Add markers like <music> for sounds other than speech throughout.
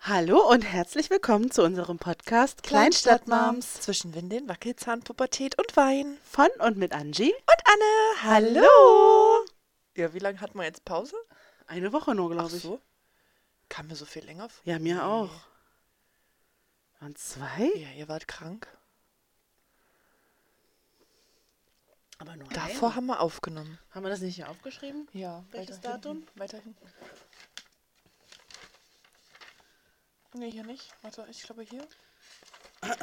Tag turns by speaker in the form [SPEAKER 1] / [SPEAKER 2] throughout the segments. [SPEAKER 1] Hallo und herzlich willkommen zu unserem Podcast Kleinstadtmoms
[SPEAKER 2] Zwischen Windeln, Wackelzahn, Pubertät und Wein.
[SPEAKER 1] von und mit Angie.
[SPEAKER 2] Und Anne, hallo. Ja, wie lange hat man jetzt Pause?
[SPEAKER 1] Eine Woche nur,
[SPEAKER 2] Ach
[SPEAKER 1] glaube ich.
[SPEAKER 2] so. Kam mir so viel länger vor.
[SPEAKER 1] Ja, mir auch. Waren zwei?
[SPEAKER 2] Ja, ihr wart krank.
[SPEAKER 1] Aber nur
[SPEAKER 2] Davor haben wir aufgenommen.
[SPEAKER 1] Haben wir das nicht hier aufgeschrieben?
[SPEAKER 2] Ja.
[SPEAKER 1] Welches
[SPEAKER 2] weiter
[SPEAKER 1] Datum?
[SPEAKER 2] hinten, Weiter hinten. Nee, hier nicht. Warte, ich glaube <clears throat> hier. Ach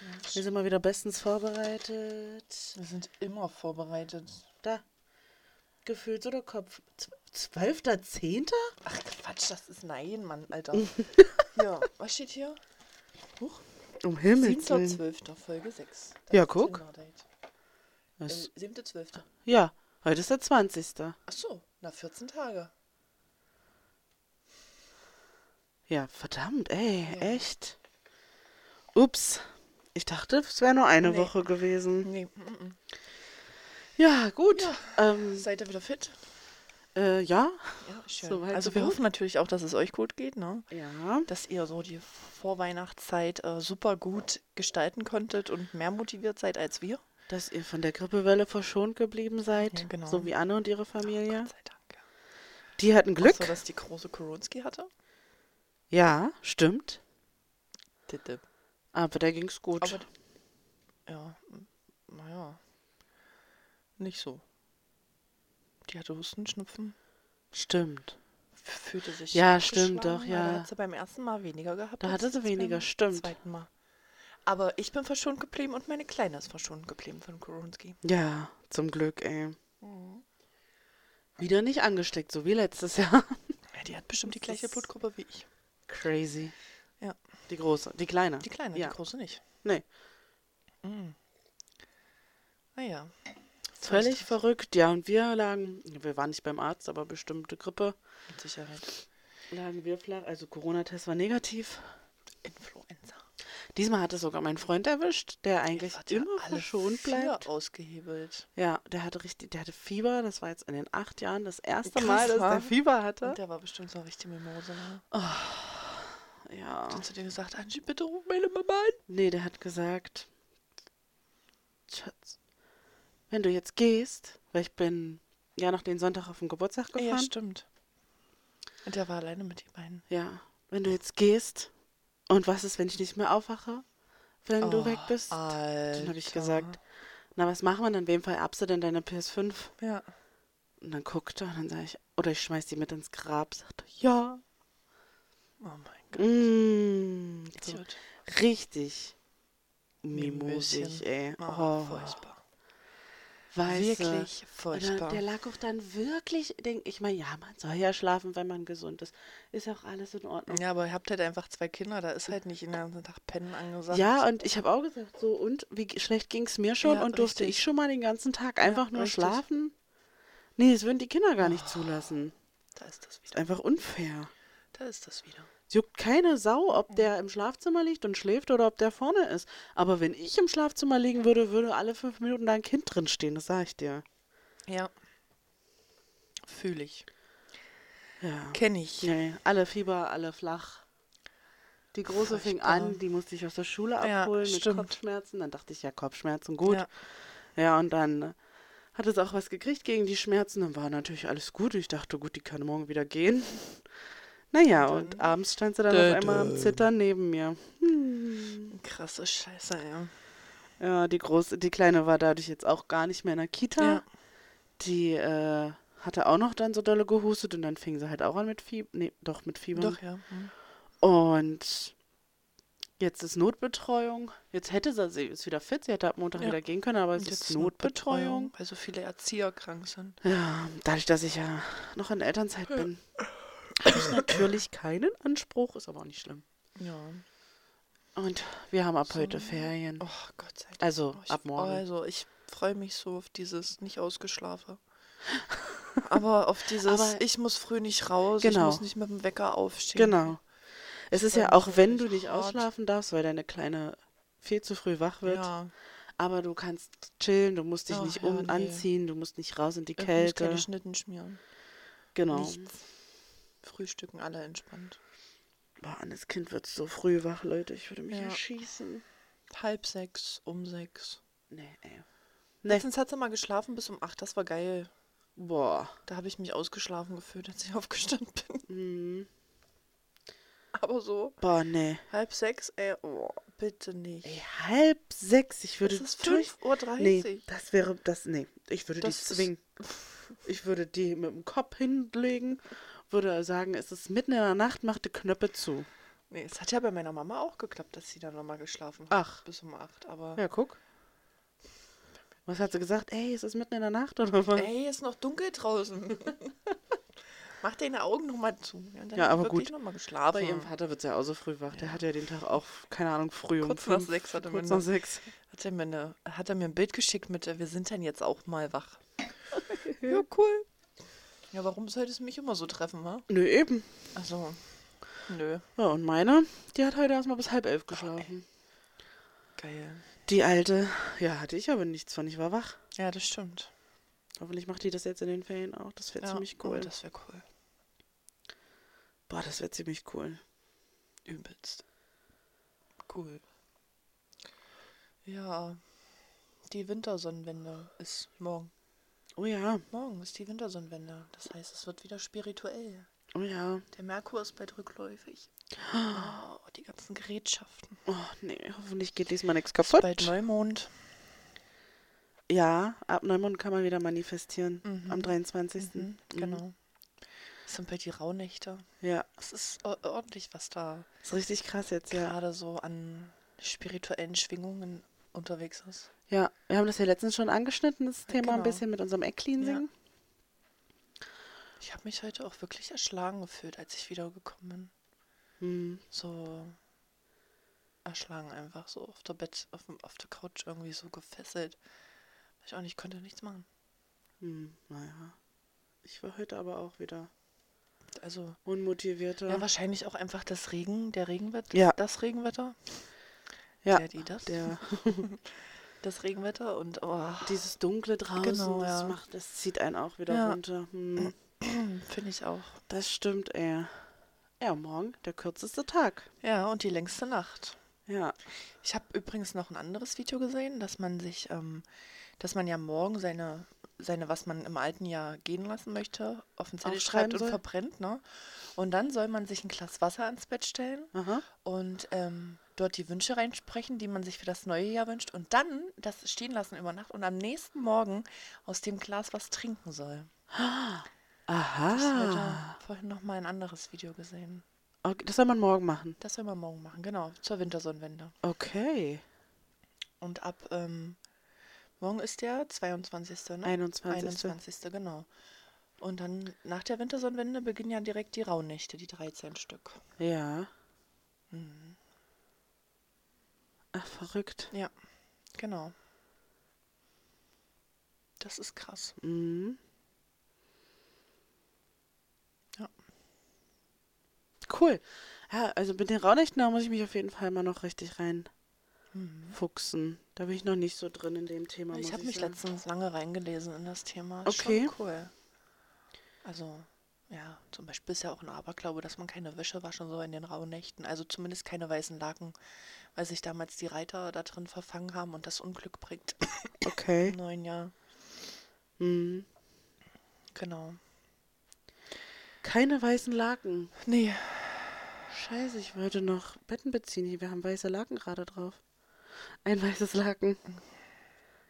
[SPEAKER 2] Mensch.
[SPEAKER 1] Wir sind mal wieder bestens vorbereitet.
[SPEAKER 2] Wir sind immer vorbereitet.
[SPEAKER 1] Da. Gefühls oder Kopf? Z- Zwölfter, Zehnter?
[SPEAKER 2] Ach Quatsch, das ist nein, Mann, <laughs> Alter. ja, was steht hier? Huch.
[SPEAKER 1] Um Himmels Willen.
[SPEAKER 2] 7.12. Folge 6.
[SPEAKER 1] Ja, guck.
[SPEAKER 2] Äh,
[SPEAKER 1] Das-
[SPEAKER 2] 7.12.
[SPEAKER 1] Ja, heute ist der 20.
[SPEAKER 2] Achso, na 14 Tage.
[SPEAKER 1] Ja, verdammt, ey,
[SPEAKER 2] Ja.
[SPEAKER 1] echt. Ups. Ich dachte, es wäre nur eine
[SPEAKER 2] Nee.
[SPEAKER 1] Woche gewesen.
[SPEAKER 2] Nee, mm, mm.
[SPEAKER 1] Ja, gut. Ähm,
[SPEAKER 2] seid ihr wieder fit?
[SPEAKER 1] äh, ja.
[SPEAKER 2] Ja, schön.
[SPEAKER 1] Soweit,
[SPEAKER 2] also
[SPEAKER 1] so
[SPEAKER 2] wir
[SPEAKER 1] gut.
[SPEAKER 2] hoffen natürlich auch, dass es euch gut geht, ne?
[SPEAKER 1] Ja.
[SPEAKER 2] Dass ihr so die Vorweihnachtszeit äh, super gut gestalten konntet und mehr motiviert seid als wir.
[SPEAKER 1] Dass ihr von der Grippewelle verschont geblieben seid.
[SPEAKER 2] Ja, genau.
[SPEAKER 1] So wie Anne und ihre Familie.
[SPEAKER 2] Oh Gott sei Dank.
[SPEAKER 1] Die hatten
[SPEAKER 2] Glück.
[SPEAKER 1] Glück.
[SPEAKER 2] Außer, dass die große Koronski hatte.
[SPEAKER 1] ja, stimmt.
[SPEAKER 2] Titte.
[SPEAKER 1] Aber da ging's gut.
[SPEAKER 2] Aber, ja, m- naja, nicht so. Die hatte Husten, Schnupfen,
[SPEAKER 1] stimmt.
[SPEAKER 2] fühlte sich.
[SPEAKER 1] Ja, stimmt doch,
[SPEAKER 2] angeschlagen, weil
[SPEAKER 1] ja.
[SPEAKER 2] Da hat sie beim ersten Mal weniger gehabt.
[SPEAKER 1] Da
[SPEAKER 2] als
[SPEAKER 1] hatte sie
[SPEAKER 2] jetzt
[SPEAKER 1] weniger,
[SPEAKER 2] beim
[SPEAKER 1] stimmt.
[SPEAKER 2] Zweiten Mal. Aber ich bin verschont geblieben und meine Kleine ist verschont geblieben von Koronski.
[SPEAKER 1] Ja, zum Glück, ey.
[SPEAKER 2] Mhm.
[SPEAKER 1] Wieder nicht angesteckt, so wie letztes
[SPEAKER 2] <laughs>
[SPEAKER 1] Jahr.
[SPEAKER 2] Ja, die hat bestimmt die
[SPEAKER 1] Das
[SPEAKER 2] gleiche
[SPEAKER 1] ist-
[SPEAKER 2] Blutgruppe wie ich.
[SPEAKER 1] Crazy.
[SPEAKER 2] Ja.
[SPEAKER 1] Die große, die kleine.
[SPEAKER 2] Die Kleine,
[SPEAKER 1] ja.
[SPEAKER 2] die Große nicht.
[SPEAKER 1] Nee.
[SPEAKER 2] Naja.
[SPEAKER 1] Völlig verrückt, ja. Und wir lagen, wir waren nicht beim Arzt, aber bestimmte Grippe,
[SPEAKER 2] Mit Sicherheit.
[SPEAKER 1] lagen wir flach. Also Corona-Test war negativ.
[SPEAKER 2] Influenza.
[SPEAKER 1] Diesmal hat es sogar mein Freund erwischt, der eigentlich
[SPEAKER 2] Hat ja
[SPEAKER 1] immer
[SPEAKER 2] alle
[SPEAKER 1] verschont
[SPEAKER 2] vier
[SPEAKER 1] bleibt.
[SPEAKER 2] ausgehebelt.
[SPEAKER 1] Ja, der hatte richtig, der hatte Fieber. Das war jetzt in den acht Jahren das erste
[SPEAKER 2] Krass,
[SPEAKER 1] Mal, dass
[SPEAKER 2] wa?
[SPEAKER 1] der Fieber hatte.
[SPEAKER 2] Und der war bestimmt so eine richtige Mimose. Ne?
[SPEAKER 1] Ja.
[SPEAKER 2] Hat zu dir gesagt, Angie, bitte ruf meine Mama an.
[SPEAKER 1] Nee, der hat gesagt, Schatz, wenn du jetzt gehst, weil ich bin ja noch den Sonntag auf den Geburtstag
[SPEAKER 2] Ja,
[SPEAKER 1] gefahren.
[SPEAKER 2] stimmt. Und der war alleine mit den beiden.
[SPEAKER 1] Ja, wenn du jetzt gehst und was ist, wenn ich nicht mehr aufwache, wenn
[SPEAKER 2] Oh,
[SPEAKER 1] du weg bist? Dann habe ich gesagt, na was machen wir, dann wem vererbst du denn deine PS5?
[SPEAKER 2] Ja.
[SPEAKER 1] Und dann guckt er und dann sage ich, oder ich schmeiß die mit ins Grab. Sagt er, ja.
[SPEAKER 2] Oh mein Gott.
[SPEAKER 1] Mm, so
[SPEAKER 2] Idiot.
[SPEAKER 1] richtig
[SPEAKER 2] Mimöschen.
[SPEAKER 1] mimosig, ey.
[SPEAKER 2] Ah,
[SPEAKER 1] Oh,
[SPEAKER 2] furchtbar.
[SPEAKER 1] weiße.
[SPEAKER 2] Wirklich
[SPEAKER 1] Und dann,
[SPEAKER 2] furchtbar.
[SPEAKER 1] der lag auch dann wirklich, denk ich mal, ja, man soll ja schlafen, wenn man gesund ist. Ist ja auch alles in Ordnung.
[SPEAKER 2] Ja, aber ihr habt halt einfach zwei Kinder, da ist halt nicht den ganzen Tag Pennen angesagt.
[SPEAKER 1] Ja, und ich habe auch gesagt, so, und wie g- schlecht ging es mir schon
[SPEAKER 2] Ja,
[SPEAKER 1] und durfte
[SPEAKER 2] richtig.
[SPEAKER 1] ich schon mal den ganzen Tag einfach nur
[SPEAKER 2] richtig.
[SPEAKER 1] schlafen? Nee, das würden die Kinder gar nicht zulassen.
[SPEAKER 2] Da ist das wieder.
[SPEAKER 1] Einfach unfair.
[SPEAKER 2] Da ist das wieder.
[SPEAKER 1] Es juckt keine Sau, ob der im Schlafzimmer liegt und schläft oder ob der vorne ist. Aber wenn ich im Schlafzimmer liegen würde, würde alle fünf Minuten da ein Kind drin stehen, das sage ich dir.
[SPEAKER 2] Ja. Fühle ich.
[SPEAKER 1] Ja.
[SPEAKER 2] Kenne ich.
[SPEAKER 1] Nee, alle Fieber, alle flach. Die Große fing
[SPEAKER 2] Furchtbar.
[SPEAKER 1] an, die musste ich aus der Schule
[SPEAKER 2] Ja,
[SPEAKER 1] abholen mit
[SPEAKER 2] stimmt.
[SPEAKER 1] Kopfschmerzen. Dann dachte ich, ja, Kopfschmerzen, gut.
[SPEAKER 2] Ja.
[SPEAKER 1] Ja, und dann äh, hat es auch was gekriegt gegen die Schmerzen. Dann war natürlich alles gut. Ich dachte, gut, die kann morgen wieder gehen. <laughs> Naja, und, abends stand sie dann auf einmal am Zittern neben mir.
[SPEAKER 2] Krasse Scheiße, ja.
[SPEAKER 1] Ja, die Große, die Kleine war dadurch jetzt auch gar nicht mehr in der Kita.
[SPEAKER 2] Ja.
[SPEAKER 1] Die äh, hatte auch noch dann so dolle gehustet und dann fing sie halt auch an mit Fieber. Nee, doch, mit Fieber.
[SPEAKER 2] Doch, ja. Hm.
[SPEAKER 1] Und jetzt ist Notbetreuung. Jetzt hätte sie, sie ist wieder fit, sie hätte ab Montag
[SPEAKER 2] Ja.
[SPEAKER 1] wieder gehen können, aber es ist Notbetreuung.
[SPEAKER 2] Weil so viele Erzieher krank sind.
[SPEAKER 1] Ja, dadurch, dass ich ja noch in Elternzeit bin, habe ich natürlich keinen Anspruch, ist aber auch nicht schlimm.
[SPEAKER 2] Ja.
[SPEAKER 1] Und wir haben ab heute Ferien.
[SPEAKER 2] Oh Gott sei Dank.
[SPEAKER 1] Also,
[SPEAKER 2] ich,
[SPEAKER 1] ab morgen.
[SPEAKER 2] Also ich freue mich so auf dieses nicht ausgeschlafen. Aber auf dieses,
[SPEAKER 1] Aber-
[SPEAKER 2] ich muss früh nicht raus,
[SPEAKER 1] Genau.
[SPEAKER 2] ich muss nicht mit dem Wecker aufstehen.
[SPEAKER 1] Genau. Es ist ja
[SPEAKER 2] freue
[SPEAKER 1] auch,
[SPEAKER 2] mich
[SPEAKER 1] wenn du
[SPEAKER 2] richtig
[SPEAKER 1] nicht
[SPEAKER 2] hart.
[SPEAKER 1] ausschlafen darfst, weil deine Kleine viel zu früh wach wird,
[SPEAKER 2] Ja,
[SPEAKER 1] aber du kannst chillen, du musst dich
[SPEAKER 2] Ach
[SPEAKER 1] nicht
[SPEAKER 2] ja,
[SPEAKER 1] um
[SPEAKER 2] nee.
[SPEAKER 1] anziehen, du Äh, musst nicht raus in die
[SPEAKER 2] ich muss
[SPEAKER 1] Kälte.
[SPEAKER 2] keine Schnitten schmieren.
[SPEAKER 1] Genau.
[SPEAKER 2] Nichts. Frühstücken alle entspannt.
[SPEAKER 1] Boah, Annes Kind wird so früh wach, Leute. Ich würde mich
[SPEAKER 2] Ja.
[SPEAKER 1] erschießen.
[SPEAKER 2] Halb sechs, um sechs.
[SPEAKER 1] Nee, ey. Nee.
[SPEAKER 2] Letztens hat sie mal geschlafen bis um acht, das war geil.
[SPEAKER 1] Boah.
[SPEAKER 2] Da habe ich mich ausgeschlafen gefühlt, als ich <laughs> aufgestanden bin.
[SPEAKER 1] Mhm.
[SPEAKER 2] Aber so
[SPEAKER 1] Boah, nee.
[SPEAKER 2] halb sechs, ey, oh, bitte nicht.
[SPEAKER 1] Ey, halb sechs. Ich würde
[SPEAKER 2] es ist
[SPEAKER 1] durch.
[SPEAKER 2] 5.30 Uhr.
[SPEAKER 1] Nee, das wäre das. Nee, ich würde
[SPEAKER 2] Das
[SPEAKER 1] die
[SPEAKER 2] ist-
[SPEAKER 1] zwingen. Ich würde die mit dem Kopf hinlegen, würde sagen, es ist mitten in der Nacht, mach die Knöpfe zu.
[SPEAKER 2] Nee, es hat ja bei meiner Mama auch geklappt, dass sie dann nochmal geschlafen hat.
[SPEAKER 1] Ach,
[SPEAKER 2] Bis um acht, aber.
[SPEAKER 1] ja, guck. Was hat sie gesagt? Ey, es ist mitten in der Nacht oder was?
[SPEAKER 2] Ey, ist noch dunkel
[SPEAKER 1] <laughs>
[SPEAKER 2] draußen. Mach deine Augen nochmal zu. Ja, und dann
[SPEAKER 1] Ja,
[SPEAKER 2] hat
[SPEAKER 1] aber
[SPEAKER 2] wirklich
[SPEAKER 1] gut.
[SPEAKER 2] nochmal
[SPEAKER 1] Bei ihrem
[SPEAKER 2] geschlafen.
[SPEAKER 1] Vater wird sie ja auch so früh wach. Der hat ja den Tag auch, keine Ahnung, früh um
[SPEAKER 2] Kurz nach
[SPEAKER 1] fünf,
[SPEAKER 2] sechs hatte
[SPEAKER 1] kurz
[SPEAKER 2] man-
[SPEAKER 1] nach sechs.
[SPEAKER 2] Hat er, mir eine, hat er mir ein Bild geschickt mit, äh, wir sind dann jetzt auch mal wach. <laughs> ja, cool. Ja, warum sollte es mich immer so treffen, wa?
[SPEAKER 1] Nö, eben.
[SPEAKER 2] Also, nö.
[SPEAKER 1] Ja, und meine, die hat heute erstmal bis halb elf geschlafen.
[SPEAKER 2] Geil.
[SPEAKER 1] Die alte, ja, hatte ich aber nichts von, ich war wach.
[SPEAKER 2] Ja, das stimmt.
[SPEAKER 1] Hoffentlich macht die das jetzt in den Ferien auch. Das wäre
[SPEAKER 2] ja,
[SPEAKER 1] ziemlich
[SPEAKER 2] aber
[SPEAKER 1] cool.
[SPEAKER 2] Das wäre cool.
[SPEAKER 1] Boah, das wäre ziemlich cool.
[SPEAKER 2] Übelst. Cool. Ja, die Wintersonnenwende ist morgen.
[SPEAKER 1] Oh ja,
[SPEAKER 2] Morgen ist die Wintersonnenwende. Das heißt, es wird wieder spirituell.
[SPEAKER 1] oh ja.
[SPEAKER 2] Der Merkur ist bald <gasps> rückläufig. Oh, die ganzen Gerätschaften.
[SPEAKER 1] Oh nee, hoffentlich geht diesmal nichts
[SPEAKER 2] Ist
[SPEAKER 1] kaputt.
[SPEAKER 2] bald Neumond.
[SPEAKER 1] Ja, ab Neumond kann man wieder manifestieren.
[SPEAKER 2] Mhm.
[SPEAKER 1] Am 23.
[SPEAKER 2] Mhm, Genau. Es sind bald die Rauhnächte.
[SPEAKER 1] Ja,
[SPEAKER 2] Es ist o- ordentlich, was da
[SPEAKER 1] ist richtig krass jetzt, ja.
[SPEAKER 2] gerade so an spirituellen Schwingungen unterwegs ist.
[SPEAKER 1] Ja, wir haben das ja letztens schon angeschnitten, das Thema ein
[SPEAKER 2] genau.
[SPEAKER 1] bisschen mit unserem Eckcleansing.
[SPEAKER 2] Ich habe mich heute auch wirklich erschlagen gefühlt, als ich wiedergekommen bin.
[SPEAKER 1] Hm.
[SPEAKER 2] so erschlagen einfach so auf der Bett auf, dem, auf der Couch irgendwie so gefesselt. Weiß Ich auch nicht, konnte nichts machen.
[SPEAKER 1] Hm. Naja. Ich war heute aber auch wieder
[SPEAKER 2] Also
[SPEAKER 1] unmotivierter.
[SPEAKER 2] ja. wahrscheinlich auch einfach das Regen, der Regenwetter,
[SPEAKER 1] Ja.
[SPEAKER 2] das Regenwetter,
[SPEAKER 1] Ja,
[SPEAKER 2] der die das,
[SPEAKER 1] der,
[SPEAKER 2] das Regenwetter und oh,
[SPEAKER 1] dieses dunkle draußen,
[SPEAKER 2] Genau,
[SPEAKER 1] das
[SPEAKER 2] ja.
[SPEAKER 1] macht, das zieht einen auch wieder
[SPEAKER 2] Ja.
[SPEAKER 1] runter. Hm.
[SPEAKER 2] finde ich auch.
[SPEAKER 1] Das stimmt, ey. Ja, morgen der kürzeste Tag.
[SPEAKER 2] Ja und die längste Nacht.
[SPEAKER 1] Ja.
[SPEAKER 2] Ich habe übrigens noch ein anderes Video gesehen, dass man sich, ähm, dass man ja morgen seine, seine, was man im alten Jahr gehen lassen möchte, auf den Zettel
[SPEAKER 1] Aufschreiben
[SPEAKER 2] schreibt und
[SPEAKER 1] soll?
[SPEAKER 2] verbrennt, ne? Und dann soll man sich ein Glas Wasser ans Bett stellen
[SPEAKER 1] Aha.
[SPEAKER 2] und ähm, dort die Wünsche reinsprechen, die man sich für das neue Jahr wünscht und dann das stehen lassen über Nacht und am nächsten Morgen aus dem Glas was trinken soll. Ich
[SPEAKER 1] Ah.
[SPEAKER 2] habe
[SPEAKER 1] Aha.
[SPEAKER 2] heute vorhin noch mal ein anderes Video gesehen.
[SPEAKER 1] Okay, das soll man morgen machen.
[SPEAKER 2] Das werden wir morgen machen, genau, zur Wintersonnenwende.
[SPEAKER 1] Okay.
[SPEAKER 2] Und ab ähm, morgen ist der 22. Ne?
[SPEAKER 1] 21.
[SPEAKER 2] 21. genau. Und dann nach der Wintersonnenwende beginnen ja direkt die Rauhnächte, die 13 Stück.
[SPEAKER 1] Ja.
[SPEAKER 2] Mhm.
[SPEAKER 1] Ach, verrückt.
[SPEAKER 2] Ja, genau. Das ist krass.
[SPEAKER 1] Mhm.
[SPEAKER 2] Ja.
[SPEAKER 1] Cool. Ja, also mit den Raunächten, da muss ich mich auf jeden Fall mal noch richtig reinfuchsen. Da bin ich noch nicht so drin in dem Thema. muss
[SPEAKER 2] Mhm. Ich habe mich
[SPEAKER 1] sagen.
[SPEAKER 2] letztens lange reingelesen in das Thema. Ist
[SPEAKER 1] Okay.
[SPEAKER 2] Schon cool. Also, ja, zum Beispiel ist ja auch ein Aberglaube, dass man keine Wäsche waschen soll in den rauen Nächten. Also zumindest keine weißen Laken, weil sich damals die Reiter da drin verfangen haben und das Unglück bringt.
[SPEAKER 1] <coughs>
[SPEAKER 2] Im
[SPEAKER 1] Okay.
[SPEAKER 2] neuen Jahr.
[SPEAKER 1] Mhm.
[SPEAKER 2] Genau.
[SPEAKER 1] Keine weißen Laken.
[SPEAKER 2] Nee,
[SPEAKER 1] Scheiße, ich wollte noch Betten beziehen. Hier, wir haben weiße Laken gerade drauf. Ein weißes Laken.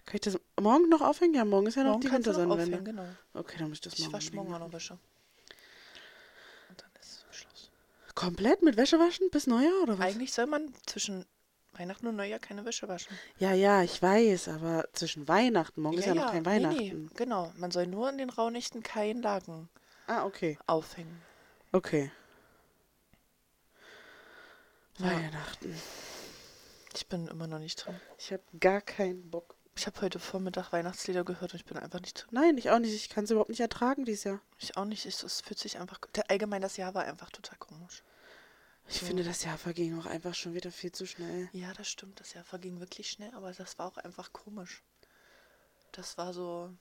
[SPEAKER 1] Kann ich das morgen noch aufhängen? Ja, morgen ist ja noch
[SPEAKER 2] morgen
[SPEAKER 1] die
[SPEAKER 2] kannst du noch aufhängen,
[SPEAKER 1] Wintersonnenwende.
[SPEAKER 2] genau.
[SPEAKER 1] Okay, dann muss ich das
[SPEAKER 2] Ich
[SPEAKER 1] morgen.
[SPEAKER 2] wasche morgen
[SPEAKER 1] aufhängen.
[SPEAKER 2] auch noch Wäsche. Und dann ist Schluss.
[SPEAKER 1] Komplett mit Wäsche waschen bis Neujahr oder was?
[SPEAKER 2] Eigentlich soll man zwischen Weihnachten und Neujahr keine Wäsche waschen.
[SPEAKER 1] Ja, ja, ich weiß, aber zwischen Weihnachten, morgen ist ja noch kein
[SPEAKER 2] nee,
[SPEAKER 1] Weihnachten.
[SPEAKER 2] nee, genau. Man soll nur in den Rauhnächten kein Laken
[SPEAKER 1] Ah, okay.
[SPEAKER 2] aufhängen.
[SPEAKER 1] Okay.
[SPEAKER 2] Ja.
[SPEAKER 1] Weihnachten.
[SPEAKER 2] Ich bin immer noch nicht drin.
[SPEAKER 1] Ich habe gar keinen Bock.
[SPEAKER 2] Ich habe heute Vormittag Weihnachtslieder gehört und ich bin einfach nicht drin.
[SPEAKER 1] Nein, ich auch nicht. Ich kann es überhaupt nicht ertragen dieses Jahr.
[SPEAKER 2] Ich auch nicht. Ich, es fühlt sich einfach. der- Allgemein, das Jahr war einfach total komisch.
[SPEAKER 1] Ich
[SPEAKER 2] So.
[SPEAKER 1] finde, das Jahr verging auch einfach schon wieder viel zu schnell.
[SPEAKER 2] Ja, das stimmt. Das Jahr verging wirklich schnell, aber das war auch einfach komisch. Das war so.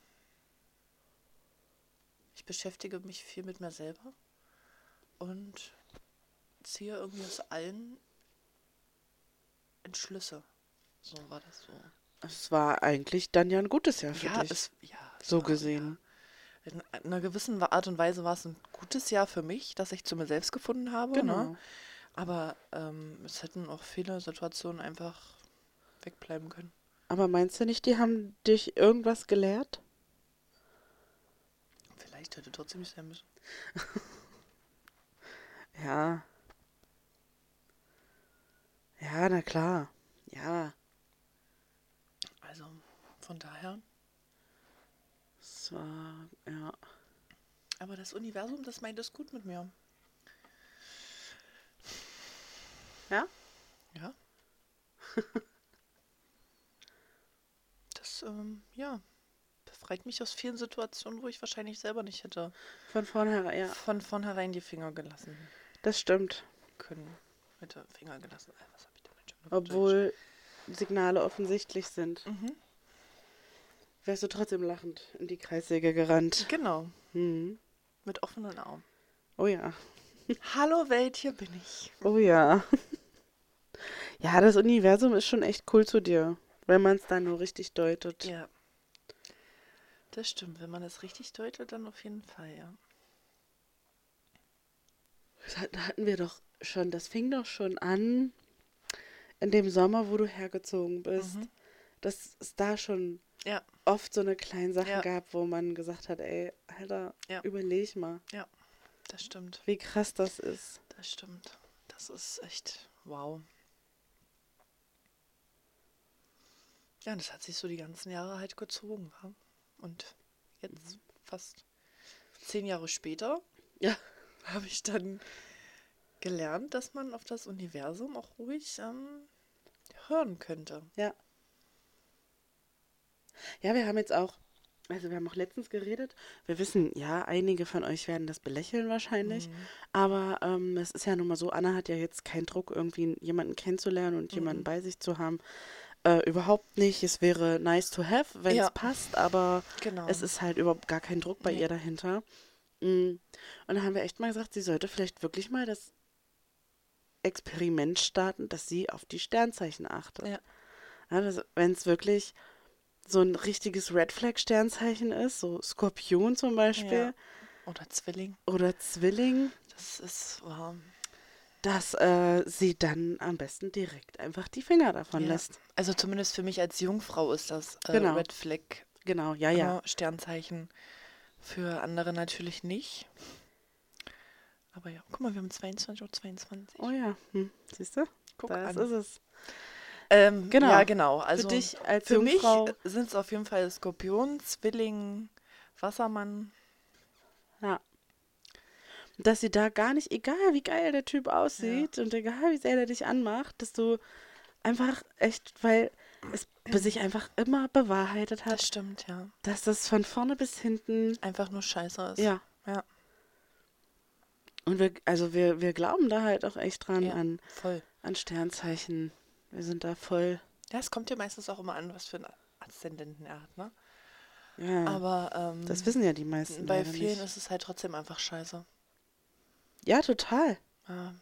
[SPEAKER 2] Ich beschäftige mich viel mit mir selber und ziehe irgendwie aus allen Entschlüsse. So war das so.
[SPEAKER 1] Es war eigentlich dann ja ein gutes Jahr für
[SPEAKER 2] Ja,
[SPEAKER 1] dich.
[SPEAKER 2] es, ja, es
[SPEAKER 1] so
[SPEAKER 2] war-
[SPEAKER 1] gesehen.
[SPEAKER 2] Ja. In einer gewissen Art und Weise war es ein gutes Jahr für mich, dass ich zu mir selbst gefunden habe.
[SPEAKER 1] Genau.
[SPEAKER 2] Ne? Aber ähm, es hätten auch viele Situationen einfach wegbleiben können.
[SPEAKER 1] Aber meinst du nicht, die haben dich irgendwas gelehrt?
[SPEAKER 2] Vielleicht hätte trotzdem nicht sein müssen.
[SPEAKER 1] Ja. Ja, na klar. Ja.
[SPEAKER 2] Also von daher.
[SPEAKER 1] Es war, ja.
[SPEAKER 2] Aber das Universum, das meint es gut mit mir.
[SPEAKER 1] Ja?
[SPEAKER 2] Ja.
[SPEAKER 1] <laughs>
[SPEAKER 2] das, ähm, ja, befreit mich aus vielen Situationen, wo ich wahrscheinlich selber nicht hätte
[SPEAKER 1] Von vornherein, ja.
[SPEAKER 2] von vornherein die Finger gelassen
[SPEAKER 1] Das stimmt.
[SPEAKER 2] können. Mit der Finger gelassen. Äh, Was hab ich denn mit schon
[SPEAKER 1] Obwohl Signale offensichtlich sind.
[SPEAKER 2] Mhm.
[SPEAKER 1] Wärst du trotzdem lachend in die Kreissäge gerannt.
[SPEAKER 2] Genau,
[SPEAKER 1] Hm.
[SPEAKER 2] mit offenen Armen.
[SPEAKER 1] Oh ja.
[SPEAKER 2] Hallo Welt, hier bin ich.
[SPEAKER 1] Oh ja. <laughs> Ja, das Universum ist schon echt cool zu dir, wenn man es dann nur richtig deutet.
[SPEAKER 2] Ja. Das stimmt, wenn man es richtig deutet, dann auf jeden Fall, ja.
[SPEAKER 1] Das hat- hatten wir doch schon, das fing doch schon an in dem Sommer, wo du hergezogen bist,
[SPEAKER 2] Mhm.
[SPEAKER 1] dass es da schon
[SPEAKER 2] Ja.
[SPEAKER 1] oft so eine kleine Sache
[SPEAKER 2] Ja.
[SPEAKER 1] gab, wo man gesagt hat, ey, Alter,
[SPEAKER 2] Ja.
[SPEAKER 1] überleg mal,
[SPEAKER 2] Das stimmt,
[SPEAKER 1] wie krass das ist.
[SPEAKER 2] das stimmt. Das ist echt wow. Ja, und das hat sich so die ganzen Jahre halt gezogen. wa? Und jetzt fast zehn Jahre später
[SPEAKER 1] Mhm. Ja.
[SPEAKER 2] habe ich dann gelernt, dass man auf das Universum auch ruhig ähm, hören könnte.
[SPEAKER 1] Ja. Ja, wir haben jetzt auch, also wir haben auch letztens geredet. Wir wissen, ja, einige von euch werden das belächeln wahrscheinlich. Aber ähm, es ist ja nun mal so, Anna hat ja jetzt keinen Druck, irgendwie jemanden kennenzulernen und jemanden bei sich zu haben. Äh, überhaupt nicht. Es wäre nice to have, wenn es
[SPEAKER 2] Ja.
[SPEAKER 1] passt, aber
[SPEAKER 2] Genau.
[SPEAKER 1] es ist halt überhaupt gar kein Druck bei
[SPEAKER 2] Nee.
[SPEAKER 1] ihr dahinter. Mm. Und da haben wir echt mal gesagt, sie sollte vielleicht wirklich mal das Experiment starten, dass sie auf die Sternzeichen achtet.
[SPEAKER 2] Ja.
[SPEAKER 1] Also, Wenn es wirklich so ein richtiges Red Flag Sternzeichen ist, so Skorpion zum Beispiel
[SPEAKER 2] Ja. Oder Zwilling.
[SPEAKER 1] oder Zwilling,
[SPEAKER 2] Das ist warm.
[SPEAKER 1] dass äh, sie dann am besten direkt einfach die Finger davon
[SPEAKER 2] Ja.
[SPEAKER 1] lässt.
[SPEAKER 2] Also zumindest für mich als Jungfrau ist das äh,
[SPEAKER 1] Genau.
[SPEAKER 2] Red Flag
[SPEAKER 1] Genau, ja, ja.
[SPEAKER 2] Genau, Sternzeichen. Für andere natürlich nicht. Aber ja, guck mal, wir haben 22.22 Uhr. 22.
[SPEAKER 1] Oh ja, hm. siehst du?
[SPEAKER 2] Guck
[SPEAKER 1] Das
[SPEAKER 2] an.
[SPEAKER 1] ist es. genau.
[SPEAKER 2] ähm, genau. Ja, genau. Also
[SPEAKER 1] für dich als
[SPEAKER 2] für mich
[SPEAKER 1] Jungfrau.
[SPEAKER 2] sind es auf jeden Fall Skorpion, Zwilling, Wassermann.
[SPEAKER 1] Ja. Dass sie da gar nicht, egal wie geil der Typ aussieht und egal wie sehr der dich anmacht, dass du einfach echt, weil es be- sich einfach immer bewahrheitet
[SPEAKER 2] Das
[SPEAKER 1] hat,
[SPEAKER 2] stimmt, ja.
[SPEAKER 1] dass das von vorne bis hinten,
[SPEAKER 2] Einfach nur scheiße ist.
[SPEAKER 1] ja.
[SPEAKER 2] Ja,
[SPEAKER 1] Und wir, also wir, wir glauben da halt auch echt dran
[SPEAKER 2] Ja.
[SPEAKER 1] an,
[SPEAKER 2] voll.
[SPEAKER 1] an Sternzeichen. Wir sind da voll,
[SPEAKER 2] Ja, es kommt ja meistens auch immer an, was für einen Aszendenten er hat, ne?
[SPEAKER 1] ja.
[SPEAKER 2] Aber ähm,
[SPEAKER 1] das wissen ja die meisten.
[SPEAKER 2] bei
[SPEAKER 1] leider
[SPEAKER 2] vielen
[SPEAKER 1] nicht.
[SPEAKER 2] ist es halt trotzdem einfach scheiße.
[SPEAKER 1] Ja, total.
[SPEAKER 2] Ja.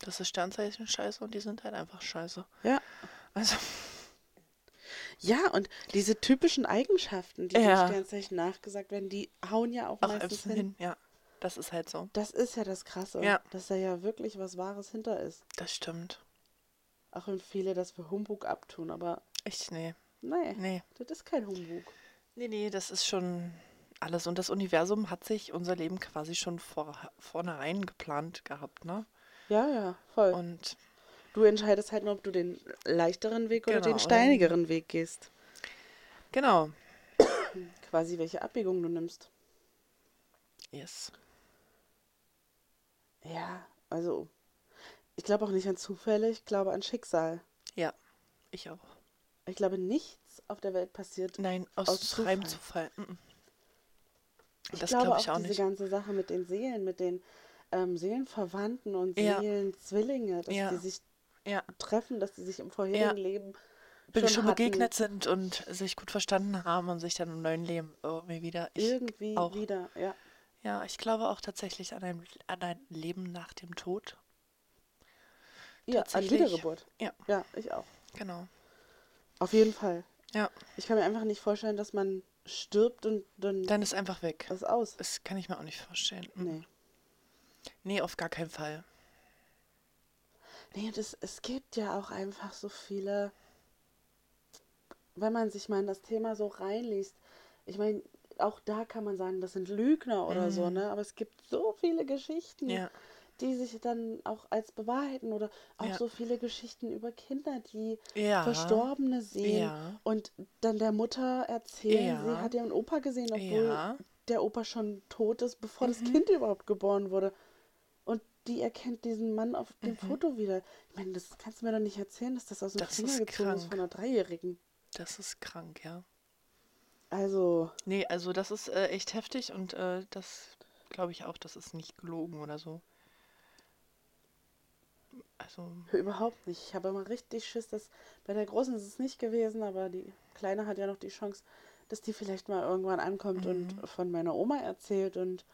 [SPEAKER 2] Das ist Sternzeichen scheiße und die sind halt einfach scheiße. <laughs>
[SPEAKER 1] Ja.
[SPEAKER 2] Also,
[SPEAKER 1] Ja, und diese typischen Eigenschaften, die
[SPEAKER 2] Ja.
[SPEAKER 1] den Sternzeichen nachgesagt werden, die hauen ja auch
[SPEAKER 2] ach,
[SPEAKER 1] meistens
[SPEAKER 2] Äpfel
[SPEAKER 1] hin.
[SPEAKER 2] hin. Ja, das ist halt so.
[SPEAKER 1] Das ist ja das Krasse,
[SPEAKER 2] Ja.
[SPEAKER 1] dass da ja wirklich was Wahres hinter ist.
[SPEAKER 2] Das stimmt.
[SPEAKER 1] Auch wenn viele das für Humbug abtun, aber
[SPEAKER 2] Echt, nee.
[SPEAKER 1] nee,
[SPEAKER 2] Nee.
[SPEAKER 1] das ist kein Humbug.
[SPEAKER 2] Nee, nee, das ist schon alles. Und das Universum hat sich unser Leben quasi schon vor, vornherein geplant gehabt, ne?
[SPEAKER 1] Ja, ja, voll.
[SPEAKER 2] Und
[SPEAKER 1] du entscheidest halt nur, ob du den leichteren Weg oder
[SPEAKER 2] Genau,
[SPEAKER 1] den
[SPEAKER 2] oder-
[SPEAKER 1] steinigeren Weg gehst.
[SPEAKER 2] genau.
[SPEAKER 1] Quasi welche Abbiegung du nimmst.
[SPEAKER 2] Yes.
[SPEAKER 1] Ja, also ich glaube auch nicht an Zufälle, ich glaube an Schicksal.
[SPEAKER 2] Ja, ich auch.
[SPEAKER 1] Ich glaube, nichts auf der Welt passiert.
[SPEAKER 2] Nein, aus,
[SPEAKER 1] Aus Zufall.
[SPEAKER 2] reinem Zufall. Mm
[SPEAKER 1] Ich
[SPEAKER 2] Das
[SPEAKER 1] glaube
[SPEAKER 2] glaube
[SPEAKER 1] auch,
[SPEAKER 2] ich auch
[SPEAKER 1] diese
[SPEAKER 2] nicht.
[SPEAKER 1] ganze Sache mit den Seelen, mit den ähm, Seelenverwandten und
[SPEAKER 2] Ja.
[SPEAKER 1] Seelenzwillinge, dass
[SPEAKER 2] Ja.
[SPEAKER 1] die sich
[SPEAKER 2] Ja.
[SPEAKER 1] treffen, dass die sich im vorherigen
[SPEAKER 2] Ja.
[SPEAKER 1] Leben
[SPEAKER 2] Bin schon,
[SPEAKER 1] schon hatten.
[SPEAKER 2] begegnet sind und sich gut verstanden haben und sich dann im neuen Leben irgendwie wieder. Ich
[SPEAKER 1] irgendwie
[SPEAKER 2] auch.
[SPEAKER 1] wieder, ja.
[SPEAKER 2] Ja, ich glaube auch tatsächlich an ein, an ein Leben nach dem Tod.
[SPEAKER 1] Ja, an
[SPEAKER 2] Tatsächlich.
[SPEAKER 1] Wiedergeburt.
[SPEAKER 2] Ja.
[SPEAKER 1] Ja, ich auch.
[SPEAKER 2] Genau.
[SPEAKER 1] Auf jeden Fall.
[SPEAKER 2] Ja,
[SPEAKER 1] Ich kann mir einfach nicht vorstellen, dass man stirbt und dann
[SPEAKER 2] dann Hm. ist einfach weg.
[SPEAKER 1] ist aus.
[SPEAKER 2] Das kann ich mir auch nicht vorstellen. Nee,
[SPEAKER 1] Nee.
[SPEAKER 2] nee auf gar keinen Fall.
[SPEAKER 1] Nee, und es, es gibt ja auch einfach so viele, wenn man sich mal in das Thema so reinliest, ich meine, auch da kann man sagen, das sind Lügner oder so, ne? Aber es gibt so viele Geschichten,
[SPEAKER 2] Mhm. Ja.
[SPEAKER 1] die sich dann auch als bewahrheiten oder auch
[SPEAKER 2] Ja.
[SPEAKER 1] so viele Geschichten über Kinder, die
[SPEAKER 2] Ja.
[SPEAKER 1] Verstorbene sehen
[SPEAKER 2] Ja.
[SPEAKER 1] und dann der Mutter erzählen,
[SPEAKER 2] Ja.
[SPEAKER 1] sie hat ihren Opa gesehen, obwohl
[SPEAKER 2] Ja. Mhm.
[SPEAKER 1] der Opa schon tot ist, bevor das Kind überhaupt geboren wurde. Und die erkennt diesen Mann auf dem Foto wieder. Ich meine, das kannst du mir doch nicht erzählen, dass das aus dem
[SPEAKER 2] Mhm. Das
[SPEAKER 1] Finger
[SPEAKER 2] ist
[SPEAKER 1] gezogen ist
[SPEAKER 2] krank.
[SPEAKER 1] von einer Dreijährigen.
[SPEAKER 2] Das ist krank, ja.
[SPEAKER 1] Also,
[SPEAKER 2] Nee, also das ist äh, echt heftig und äh, das glaube ich auch, das ist nicht gelogen oder so. Also,
[SPEAKER 1] überhaupt nicht. Ich habe immer richtig Schiss, dass bei der Großen ist es nicht gewesen, aber die Kleine hat ja noch die Chance, dass die vielleicht mal irgendwann ankommt
[SPEAKER 2] Mhm.
[SPEAKER 1] und von meiner Oma erzählt und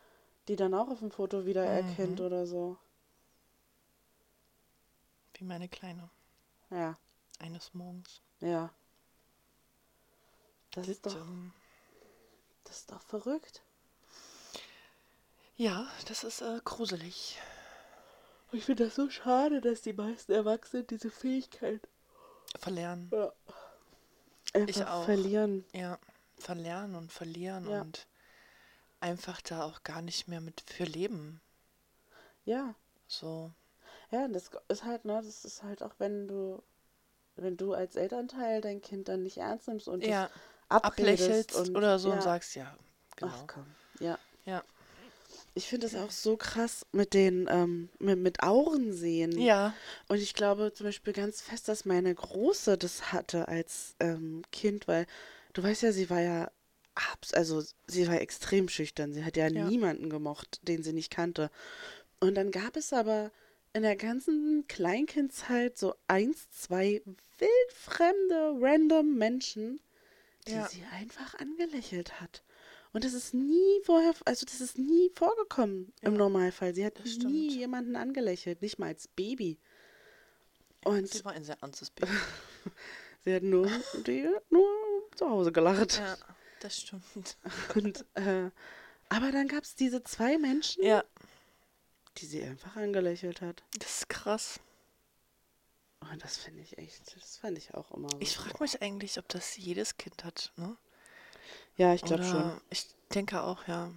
[SPEAKER 1] die dann auch auf dem Foto wieder
[SPEAKER 2] Mhm.
[SPEAKER 1] erkennt oder so.
[SPEAKER 2] wie meine Kleine.
[SPEAKER 1] Ja,
[SPEAKER 2] Eines Morgens.
[SPEAKER 1] ja. Das ist,
[SPEAKER 2] Bitte.
[SPEAKER 1] doch, das ist doch verrückt.
[SPEAKER 2] Ja, das ist äh, gruselig.
[SPEAKER 1] Ich finde das so schade, dass die meisten Erwachsenen diese Fähigkeit
[SPEAKER 2] Verlernen.
[SPEAKER 1] ja, einfach
[SPEAKER 2] auch.
[SPEAKER 1] verlieren.
[SPEAKER 2] Ja, verlernen und verlieren
[SPEAKER 1] Ja.
[SPEAKER 2] und einfach da auch gar nicht mehr mit für leben.
[SPEAKER 1] Ja,
[SPEAKER 2] So,
[SPEAKER 1] ja, das ist halt, ne, das ist halt auch, wenn du, wenn du als Elternteil dein Kind dann nicht ernst nimmst und
[SPEAKER 2] ja,
[SPEAKER 1] das abredest
[SPEAKER 2] ablächelst
[SPEAKER 1] und,
[SPEAKER 2] oder so
[SPEAKER 1] ja,
[SPEAKER 2] und sagst, ja, genau.
[SPEAKER 1] Ach komm, ja.
[SPEAKER 2] Ja.
[SPEAKER 1] Ich finde es auch so krass mit den, ähm, mit, mit Auren sehen.
[SPEAKER 2] Ja,
[SPEAKER 1] Und ich glaube zum Beispiel ganz fest, dass meine Große das hatte als ähm, Kind, weil du weißt ja, sie war ja, abs- also sie war extrem schüchtern. Sie hat ja,
[SPEAKER 2] Ja.
[SPEAKER 1] niemanden gemocht, den sie nicht kannte. Und dann gab es aber in der ganzen Kleinkindzeit so eins, zwei wildfremde, random Menschen, die
[SPEAKER 2] Ja.
[SPEAKER 1] sie einfach angelächelt hat. Und das ist nie vorher, also das ist nie vorgekommen im Normalfall. Sie hat
[SPEAKER 2] das stimmt.
[SPEAKER 1] nie jemanden angelächelt, nicht mal als Baby. Und
[SPEAKER 2] sie war ein sehr ernstes Baby.
[SPEAKER 1] Sie hat nur, die hat nur zu Hause gelacht.
[SPEAKER 2] Ja, das stimmt.
[SPEAKER 1] <laughs> Und, äh, aber dann gab es diese zwei Menschen,
[SPEAKER 2] Ja,
[SPEAKER 1] die sie einfach angelächelt hat.
[SPEAKER 2] das ist krass.
[SPEAKER 1] Und das finde ich echt, das fand ich auch immer. so.
[SPEAKER 2] Ich frage mich eigentlich, ob das jedes Kind hat, ne?
[SPEAKER 1] ja, ich glaube
[SPEAKER 2] Oder-
[SPEAKER 1] schon.
[SPEAKER 2] Ich denke auch, ja.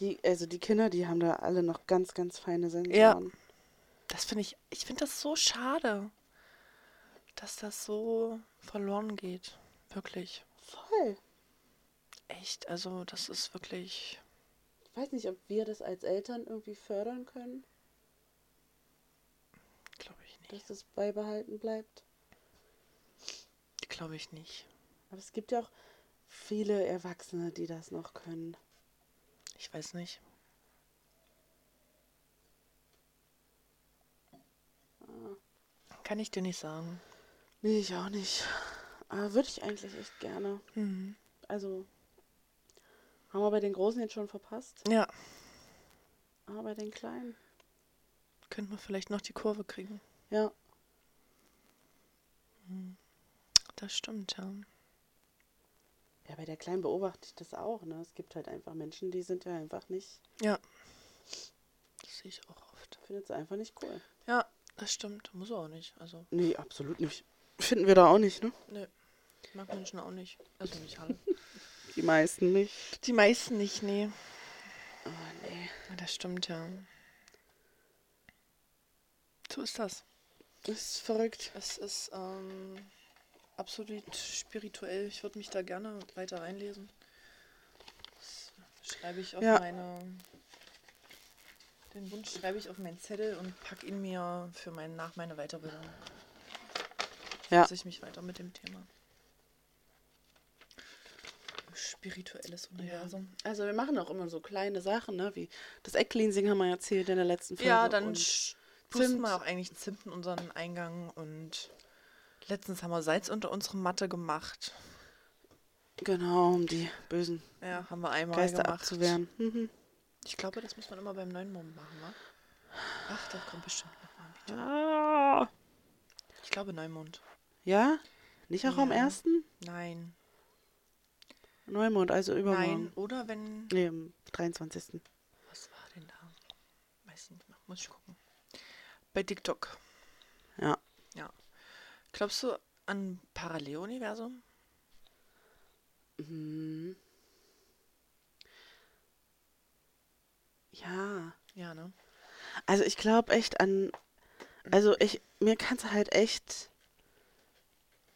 [SPEAKER 1] Die, also die Kinder, die haben da alle noch ganz, ganz feine Sensoren.
[SPEAKER 2] Das finde ich, ich finde das so schade, dass das so verloren geht. Wirklich.
[SPEAKER 1] Voll.
[SPEAKER 2] Echt, also das ist wirklich,
[SPEAKER 1] Ich weiß nicht, ob wir das als Eltern irgendwie fördern können,
[SPEAKER 2] glaube ich nicht.
[SPEAKER 1] dass das beibehalten bleibt.
[SPEAKER 2] Glaube ich nicht.
[SPEAKER 1] Aber es gibt ja auch viele Erwachsene, die das noch können.
[SPEAKER 2] Ich weiß nicht. Kann ich dir nicht sagen.
[SPEAKER 1] Nee, ich auch nicht. Aber würde ich eigentlich echt gerne.
[SPEAKER 2] Mhm.
[SPEAKER 1] Also, haben wir bei den Großen jetzt schon verpasst,
[SPEAKER 2] Ja,
[SPEAKER 1] aber bei den Kleinen.
[SPEAKER 2] könnten wir vielleicht noch die Kurve kriegen.
[SPEAKER 1] Ja,
[SPEAKER 2] Das stimmt, ja.
[SPEAKER 1] ja bei der Kleinen beobachte ich das auch. Ne? Es gibt halt einfach Menschen, die sind ja einfach nicht,
[SPEAKER 2] Ja. Das sehe ich auch oft.
[SPEAKER 1] finden es einfach nicht cool.
[SPEAKER 2] Ja, das stimmt. Muss auch nicht. Also,
[SPEAKER 1] Nee, absolut nicht. Finden wir da auch nicht, ne?
[SPEAKER 2] nö. Mag Menschen auch nicht. Also nicht alle.
[SPEAKER 1] Die meisten nicht.
[SPEAKER 2] <laughs> Die meisten nicht, nee.
[SPEAKER 1] Oh nee.
[SPEAKER 2] Ja, Das stimmt, ja. So ist das.
[SPEAKER 1] Das ist verrückt.
[SPEAKER 2] Es ist ähm, absolut spirituell. Ich würde mich da gerne weiter reinlesen. Das schreibe ich auf
[SPEAKER 1] Ja.
[SPEAKER 2] meine. Den Wunsch schreibe ich auf meinen Zettel und pack ihn mir für mein, nach meine Weiterbildung.
[SPEAKER 1] Ja.
[SPEAKER 2] Setze ich mich weiter mit dem Thema. Spirituelles Universum.
[SPEAKER 1] Also wir machen auch immer so kleine Sachen, ne? Wie das Eckcleansing haben wir erzählt in der letzten Folge.
[SPEAKER 2] Ja, dann
[SPEAKER 1] und
[SPEAKER 2] sch- pusten
[SPEAKER 1] Zimt.
[SPEAKER 2] wir auch eigentlich Zimt in unseren Eingang und letztens haben wir Salz unter unsere Matte gemacht.
[SPEAKER 1] Genau, um die bösen
[SPEAKER 2] Ja, haben wir einmal
[SPEAKER 1] Geister
[SPEAKER 2] gemacht.
[SPEAKER 1] abzuwehren. Mhm.
[SPEAKER 2] Ich glaube, das muss man immer beim neuen Mom machen, wa? Ach, da kommt bestimmt nochmal ein Video.
[SPEAKER 1] Ah.
[SPEAKER 2] Ich glaube Neumond.
[SPEAKER 1] Ja? Nicht auch am
[SPEAKER 2] Ja.
[SPEAKER 1] ersten?
[SPEAKER 2] Nein.
[SPEAKER 1] Neumond, also übermorgen.
[SPEAKER 2] Nein. Oder wenn.
[SPEAKER 1] Nee, am 23.
[SPEAKER 2] Was war denn da? Weiß nicht mehr. Muss ich gucken. Bei TikTok.
[SPEAKER 1] Ja.
[SPEAKER 2] Ja. Glaubst du an ein Paralleluniversum?
[SPEAKER 1] Mhm. Ja.
[SPEAKER 2] Ja, ne?
[SPEAKER 1] Also ich glaube echt an. Also ich, mir kannst du halt echt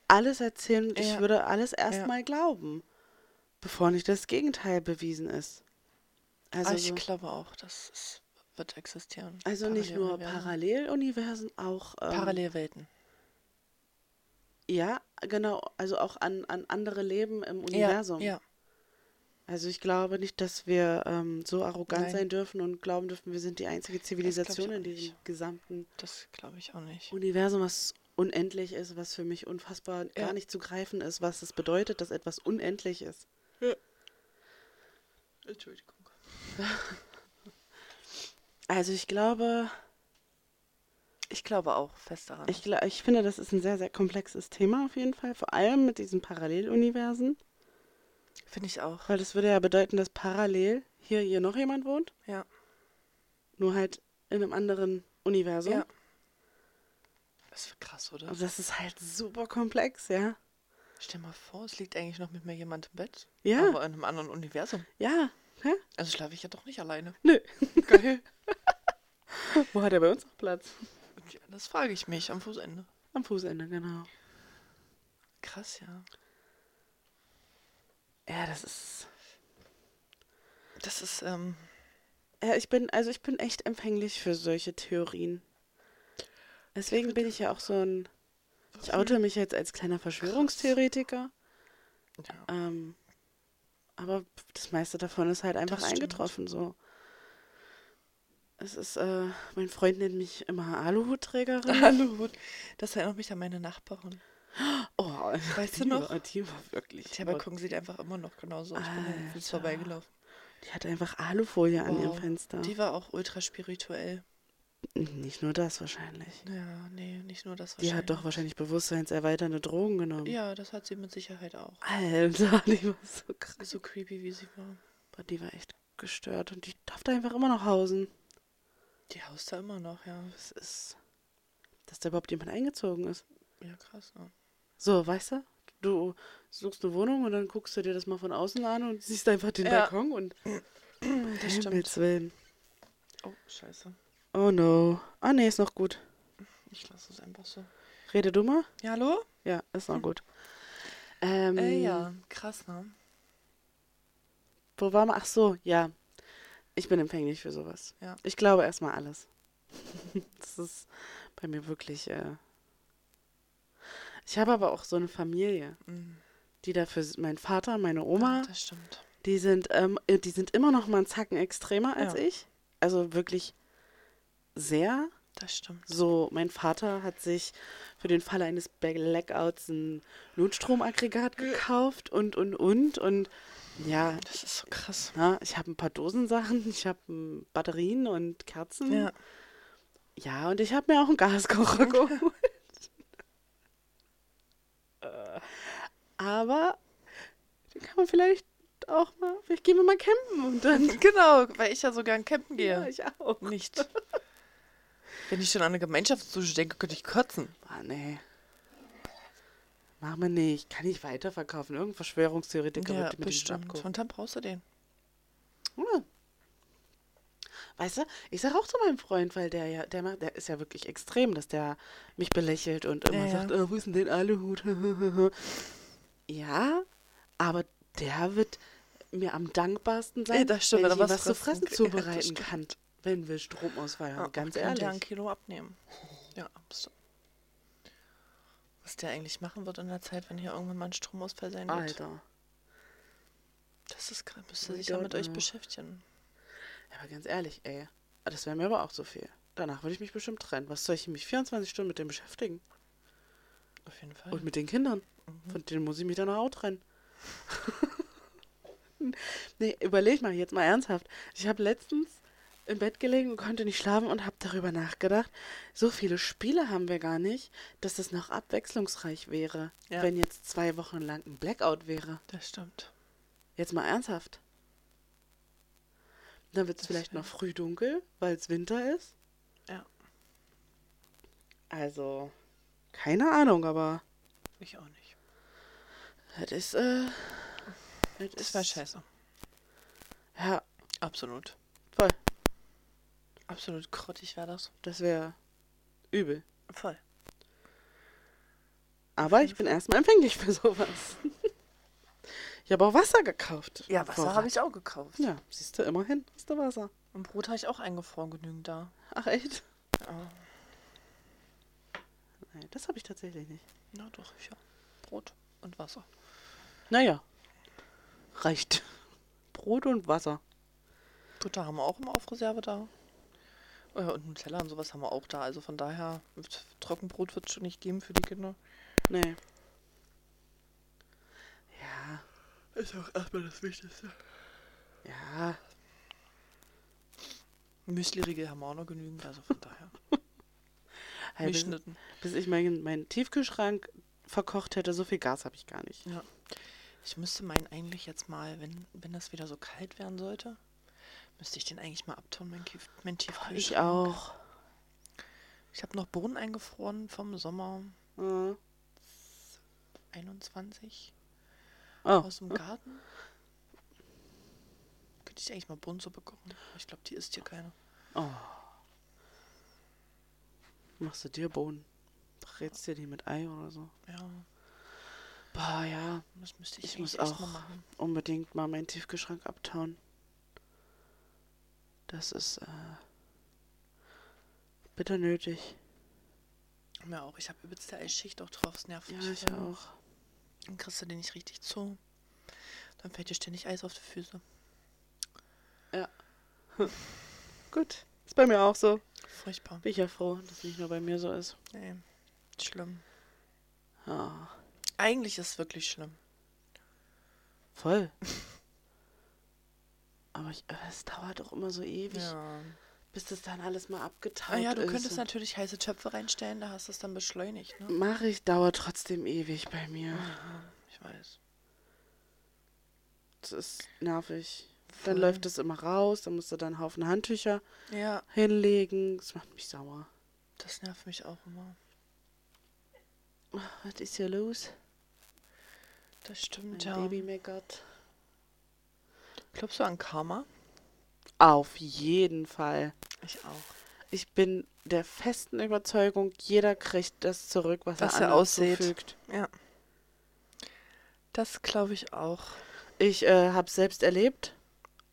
[SPEAKER 1] alles erzählen. und Ich
[SPEAKER 2] Ja.
[SPEAKER 1] würde alles
[SPEAKER 2] Ja.
[SPEAKER 1] erstmal glauben, bevor nicht das Gegenteil bewiesen ist. Also,
[SPEAKER 2] Also ich
[SPEAKER 1] so,
[SPEAKER 2] glaube auch, das ist, wird existieren.
[SPEAKER 1] also nicht nur Paralleluniversen,
[SPEAKER 2] Paralleluniversen.
[SPEAKER 1] auch ähm,
[SPEAKER 2] Parallelwelten.
[SPEAKER 1] Ja, genau. Also auch an, an andere Leben im Universum.
[SPEAKER 2] Ja, ja.
[SPEAKER 1] Also ich glaube nicht, dass wir ähm, so arrogant
[SPEAKER 2] Nein.
[SPEAKER 1] sein dürfen und glauben dürfen, wir sind die einzige Zivilisation
[SPEAKER 2] auch
[SPEAKER 1] in
[SPEAKER 2] nicht.
[SPEAKER 1] diesem gesamten
[SPEAKER 2] das glaube ich auch nicht.
[SPEAKER 1] Universum, was unendlich ist, was für mich unfassbar
[SPEAKER 2] Ja.
[SPEAKER 1] gar nicht zu greifen ist, was es bedeutet, dass etwas unendlich ist.
[SPEAKER 2] Entschuldigung.
[SPEAKER 1] Also ich glaube,
[SPEAKER 2] Ich glaube auch fest daran.
[SPEAKER 1] ich, gla- ich finde, das ist ein sehr, sehr komplexes Thema auf jeden Fall, vor allem mit diesen Paralleluniversen,
[SPEAKER 2] Finde ich auch.
[SPEAKER 1] weil das würde ja bedeuten, dass parallel hier, hier noch jemand wohnt,
[SPEAKER 2] Ja.
[SPEAKER 1] nur halt in einem anderen Universum.
[SPEAKER 2] Ja. Das ist krass, oder?
[SPEAKER 1] Also das ist halt super komplex, ja.
[SPEAKER 2] Stell mal vor, es liegt eigentlich noch mit mir jemand im Bett.
[SPEAKER 1] Ja.
[SPEAKER 2] Aber in einem anderen Universum.
[SPEAKER 1] Ja, hä?
[SPEAKER 2] Also schlafe ich ja doch nicht alleine.
[SPEAKER 1] Nö.
[SPEAKER 2] Geil.
[SPEAKER 1] <laughs> Wo hat er bei uns noch Platz?
[SPEAKER 2] ja, das frage ich mich am Fußende.
[SPEAKER 1] Am Fußende, genau.
[SPEAKER 2] Krass, ja.
[SPEAKER 1] Ja, das ist.
[SPEAKER 2] Das ist, ähm,
[SPEAKER 1] Ja, ich bin, also ich bin echt empfänglich für solche Theorien. Deswegen bin ich ja auch so ein. Ich oute mich jetzt als kleiner Verschwörungstheoretiker.
[SPEAKER 2] ja.
[SPEAKER 1] Ähm, aber das meiste davon ist halt einfach
[SPEAKER 2] Das stimmt.
[SPEAKER 1] eingetroffen, so. Es ist, äh, mein Freund nennt mich immer Aluhutträgerin.
[SPEAKER 2] <laughs> Hallo. Das erinnert mich an meine Nachbarin.
[SPEAKER 1] Oh, weißt
[SPEAKER 2] du noch?
[SPEAKER 1] Die war wirklich. Oh,
[SPEAKER 2] Die aber gucken sieht einfach immer noch genauso aus. Ich bin ja letztens
[SPEAKER 1] Alter.
[SPEAKER 2] vorbeigelaufen.
[SPEAKER 1] Die hat einfach Alufolie an ihrem
[SPEAKER 2] Wow.
[SPEAKER 1] Fenster.
[SPEAKER 2] Die war auch ultra spirituell.
[SPEAKER 1] Nicht nur das wahrscheinlich.
[SPEAKER 2] Ja, nee, nicht nur das
[SPEAKER 1] Die hat doch
[SPEAKER 2] wahrscheinlich.
[SPEAKER 1] wahrscheinlich bewusstseinserweiternde Drogen genommen.
[SPEAKER 2] Ja, das hat sie mit Sicherheit auch.
[SPEAKER 1] Alter, <laughs> die war so krass.
[SPEAKER 2] So creepy, wie sie war.
[SPEAKER 1] Aber Die war echt gestört und die darf da einfach immer noch hausen.
[SPEAKER 2] Die haust da immer noch, ja.
[SPEAKER 1] Das ist. Dass da überhaupt jemand eingezogen ist.
[SPEAKER 2] Ja, krass, ne?
[SPEAKER 1] So, weißt du? Du suchst eine Wohnung und dann guckst du dir das mal von außen an und siehst einfach den
[SPEAKER 2] Ja.
[SPEAKER 1] Balkon <clears throat> und.
[SPEAKER 2] Das stimmt.
[SPEAKER 1] Himmels Willen.
[SPEAKER 2] Oh, scheiße.
[SPEAKER 1] Oh no. Ah, nee, ist noch gut.
[SPEAKER 2] Ich lasse es einfach so.
[SPEAKER 1] Rede du mal?
[SPEAKER 2] Ja, hallo?
[SPEAKER 1] Ja, ist noch gut. Ähm,
[SPEAKER 2] Äh, ja, krass, ne?
[SPEAKER 1] Wo war man? Ach so, ja. Ich bin empfänglich für sowas.
[SPEAKER 2] Ja.
[SPEAKER 1] Ich glaube erstmal alles. <laughs> das ist bei mir wirklich. Äh ich habe aber auch so eine Familie,
[SPEAKER 2] Mhm.
[SPEAKER 1] die dafür. s- Mein Vater, meine Oma,
[SPEAKER 2] Das stimmt.
[SPEAKER 1] die sind, ähm, äh, die sind immer noch mal einen Zacken extremer als
[SPEAKER 2] Ja.
[SPEAKER 1] ich. Also wirklich sehr.
[SPEAKER 2] Das stimmt.
[SPEAKER 1] So, mein Vater hat sich für den Fall eines Blackouts ein Notstromaggregat gekauft und und und und ja,
[SPEAKER 2] Das ist so krass.
[SPEAKER 1] na, Ne? ich habe ein paar Dosensachen, <laughs> ich habe Batterien und Kerzen.
[SPEAKER 2] Ja.
[SPEAKER 1] Ja, und ich habe mir auch einen Gaskocher geholt. <laughs> Äh, Aber den kann man vielleicht auch mal, vielleicht gehen wir mal campen und dann.
[SPEAKER 2] <laughs> Genau, weil ich <laughs> ja so gern campen gehe.
[SPEAKER 1] Ja, <laughs> ich auch.
[SPEAKER 2] Nicht. <laughs> Wenn ich schon an eine Gemeinschaftsdusche denke, könnte ich kotzen.
[SPEAKER 1] Ah, nee. Machen wir nicht. Kann ich weiterverkaufen. Irgendein Verschwörungstheoretiker
[SPEAKER 2] Ja,
[SPEAKER 1] wird mir diesen
[SPEAKER 2] bestimmt.
[SPEAKER 1] abgucken.
[SPEAKER 2] Und dann brauchst du den.
[SPEAKER 1] Ja. Hm. Weißt du, ich sage auch zu meinem Freund, weil der ja, der macht, der ist ja wirklich extrem, dass der mich belächelt und immer
[SPEAKER 2] Ja, ja.
[SPEAKER 1] sagt, oh, wo ist denn den Aluhut? <laughs> ja, aber der wird mir am dankbarsten sein,
[SPEAKER 2] Ja, das stimmt,
[SPEAKER 1] wenn
[SPEAKER 2] wenn
[SPEAKER 1] ich
[SPEAKER 2] er
[SPEAKER 1] ihm was
[SPEAKER 2] was
[SPEAKER 1] zu
[SPEAKER 2] fressen
[SPEAKER 1] fressen
[SPEAKER 2] kriegt. Ja, das
[SPEAKER 1] zubereiten
[SPEAKER 2] stimmt.
[SPEAKER 1] kann, wenn wir Stromausfall haben,
[SPEAKER 2] Ah,
[SPEAKER 1] ganz
[SPEAKER 2] kann Der
[SPEAKER 1] ehrlich.
[SPEAKER 2] ein Kilo abnehmen. Ja, so. Was der eigentlich machen wird in der Zeit, wenn hier irgendwann mal ein Stromausfall sein wird.
[SPEAKER 1] Alter.
[SPEAKER 2] Das ist krass. Müsst ihr
[SPEAKER 1] We
[SPEAKER 2] sich ja
[SPEAKER 1] don't
[SPEAKER 2] mit euch
[SPEAKER 1] know.
[SPEAKER 2] beschäftigen.
[SPEAKER 1] Aber ganz ehrlich, ey, das wäre mir aber auch zu viel. Danach würde ich mich bestimmt trennen. Was soll ich mich 24 Stunden mit dem beschäftigen?
[SPEAKER 2] Auf jeden Fall. Mhm.
[SPEAKER 1] Und mit den Kindern. Von denen muss ich mich dann auch trennen. <laughs> Nee, überleg mal jetzt mal ernsthaft. Ich habe letztens im Bett gelegen und konnte nicht schlafen und habe darüber nachgedacht. So viele Spiele haben wir gar nicht, dass es noch abwechslungsreich wäre,
[SPEAKER 2] Ja.
[SPEAKER 1] wenn jetzt zwei Wochen lang ein Blackout wäre.
[SPEAKER 2] Das stimmt.
[SPEAKER 1] Jetzt mal ernsthaft. Dann wird es
[SPEAKER 2] Das
[SPEAKER 1] vielleicht
[SPEAKER 2] wär-
[SPEAKER 1] noch früh dunkel, weil es Winter ist.
[SPEAKER 2] Ja.
[SPEAKER 1] Also, keine Ahnung, aber
[SPEAKER 2] Ich auch nicht.
[SPEAKER 1] das ist, äh, das
[SPEAKER 2] Das war scheiße.
[SPEAKER 1] Ja,
[SPEAKER 2] Absolut.
[SPEAKER 1] voll.
[SPEAKER 2] Absolut grottig war das.
[SPEAKER 1] Das wäre übel.
[SPEAKER 2] Voll.
[SPEAKER 1] Aber ich bin erstmal empfänglich für sowas. <laughs> Ich habe auch Wasser gekauft.
[SPEAKER 2] Ja, Wasser habe ich auch gekauft.
[SPEAKER 1] Ja, siehst du, immerhin hast du Wasser.
[SPEAKER 2] Und Brot habe ich auch eingefroren genügend da.
[SPEAKER 1] Ach, echt?
[SPEAKER 2] Ja.
[SPEAKER 1] Nein, das habe ich tatsächlich nicht.
[SPEAKER 2] Na doch, ich ja. Brot und Wasser.
[SPEAKER 1] Naja, reicht. Brot und Wasser.
[SPEAKER 2] Butter haben wir auch immer auf Reserve da. Äh, Und Nutella und sowas haben wir auch da. Also von daher, mit Trockenbrot wird es schon nicht geben für die Kinder.
[SPEAKER 1] Nee. Ja,
[SPEAKER 2] Ist auch erstmal das Wichtigste.
[SPEAKER 1] ja.
[SPEAKER 2] Müsliriegel haben wir auch noch genügend, also von <laughs> daher.
[SPEAKER 1] Hey, bis,
[SPEAKER 2] Geschnitten.
[SPEAKER 1] bis ich meinen meinen Tiefkühlschrank verkocht hätte, so viel Gas habe ich gar nicht.
[SPEAKER 2] Ja. Ich müsste meinen eigentlich jetzt mal, wenn, wenn das wieder so kalt werden sollte, müsste ich den eigentlich mal abtun, mein, Kief, mein Tiefkühlschrank.
[SPEAKER 1] Ich auch.
[SPEAKER 2] Ich habe noch Bohnen eingefroren vom Sommer
[SPEAKER 1] Äh,
[SPEAKER 2] 21
[SPEAKER 1] Oh,
[SPEAKER 2] aus dem Garten. Könnte ich eigentlich mal Bohnensuppe kochen? Aber Ich glaube, die isst hier keiner.
[SPEAKER 1] machst du dir Bohnen? Brätst dir die mit Ei oder so?
[SPEAKER 2] Ja,
[SPEAKER 1] Boah, ja.
[SPEAKER 2] das müsste ich,
[SPEAKER 1] Ich muss
[SPEAKER 2] eigentlich
[SPEAKER 1] auch
[SPEAKER 2] erst mal machen.
[SPEAKER 1] unbedingt mal meinen Tiefkühlschrank abtauen. Das ist äh, bitter nötig.
[SPEAKER 2] Mir auch. Ich habe übelste Eisschicht auch drauf. Es nervt
[SPEAKER 1] Ja,
[SPEAKER 2] mich.
[SPEAKER 1] ich
[SPEAKER 2] voll.
[SPEAKER 1] auch.
[SPEAKER 2] Dann kriegst du den nicht richtig zu. Dann fällt dir ständig Eis auf die Füße.
[SPEAKER 1] Gut. Ist bei mir auch so.
[SPEAKER 2] Furchtbar.
[SPEAKER 1] Bin ich ja froh, dass nicht nur bei mir so ist.
[SPEAKER 2] Nee, schlimm.
[SPEAKER 1] Ah,
[SPEAKER 2] Eigentlich ist es wirklich schlimm.
[SPEAKER 1] <laughs> voll. Aber ich, äh, es dauert auch immer so ewig,
[SPEAKER 2] Ja.
[SPEAKER 1] bis das dann alles mal abgetaut
[SPEAKER 2] Ah ja, du
[SPEAKER 1] ist.
[SPEAKER 2] könntest natürlich heiße Töpfe reinstellen, da hast du es dann beschleunigt, ne?
[SPEAKER 1] Mache ich, dauert trotzdem ewig bei mir.
[SPEAKER 2] Ja, ich weiß.
[SPEAKER 1] Das ist nervig. Dann
[SPEAKER 2] Voll.
[SPEAKER 1] läuft das immer raus, dann musst du dann einen Haufen Handtücher
[SPEAKER 2] Ja,
[SPEAKER 1] hinlegen. Das macht mich sauer.
[SPEAKER 2] das nervt mich auch immer.
[SPEAKER 1] Was ist hier los?
[SPEAKER 2] Das
[SPEAKER 1] Mein
[SPEAKER 2] stimmt, ja.
[SPEAKER 1] Baby meckert.
[SPEAKER 2] Glaubst du an Karma?
[SPEAKER 1] Auf jeden Fall.
[SPEAKER 2] Ich auch.
[SPEAKER 1] Ich bin der festen Überzeugung, jeder kriegt das zurück, was,
[SPEAKER 2] Was
[SPEAKER 1] er
[SPEAKER 2] er
[SPEAKER 1] anderen
[SPEAKER 2] aussät.
[SPEAKER 1] zufügt.
[SPEAKER 2] Ja. Das glaube ich auch.
[SPEAKER 1] Ich äh, habe es selbst erlebt.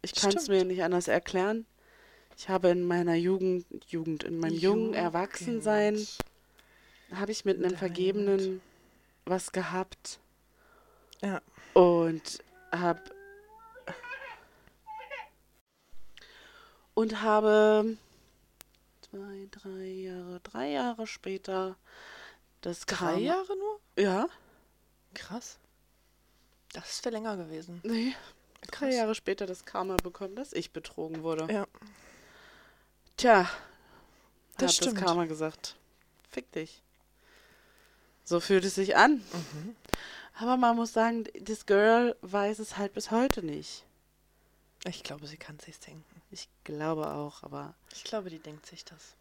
[SPEAKER 1] Ich kann es
[SPEAKER 2] Stimmt.
[SPEAKER 1] mir nicht anders erklären. Ich habe in meiner Jugend, Jugend, in meinem jungen
[SPEAKER 2] Jugend.
[SPEAKER 1] Erwachsensein, habe ich mit einem
[SPEAKER 2] Deine
[SPEAKER 1] Vergebenen was gehabt
[SPEAKER 2] Ja.
[SPEAKER 1] und habe und habe zwei, drei Jahre, drei Jahre später das
[SPEAKER 2] Drei
[SPEAKER 1] Karma.
[SPEAKER 2] Jahre nur?
[SPEAKER 1] Ja,
[SPEAKER 2] Krass. Das ist für länger gewesen.
[SPEAKER 1] nee, drei
[SPEAKER 2] Krass.
[SPEAKER 1] Jahre später das Karma bekommen, dass ich betrogen wurde.
[SPEAKER 2] Ja.
[SPEAKER 1] Tja,
[SPEAKER 2] Das
[SPEAKER 1] hat
[SPEAKER 2] stimmt.
[SPEAKER 1] das Karma gesagt. Fick dich. So fühlt es sich an.
[SPEAKER 2] Mhm.
[SPEAKER 1] Aber man muss sagen, das Girl weiß es halt bis heute nicht.
[SPEAKER 2] Ich glaube, sie kann sich's denken.
[SPEAKER 1] Ich glaube auch, aber.
[SPEAKER 2] Ich glaube, die denkt sich das.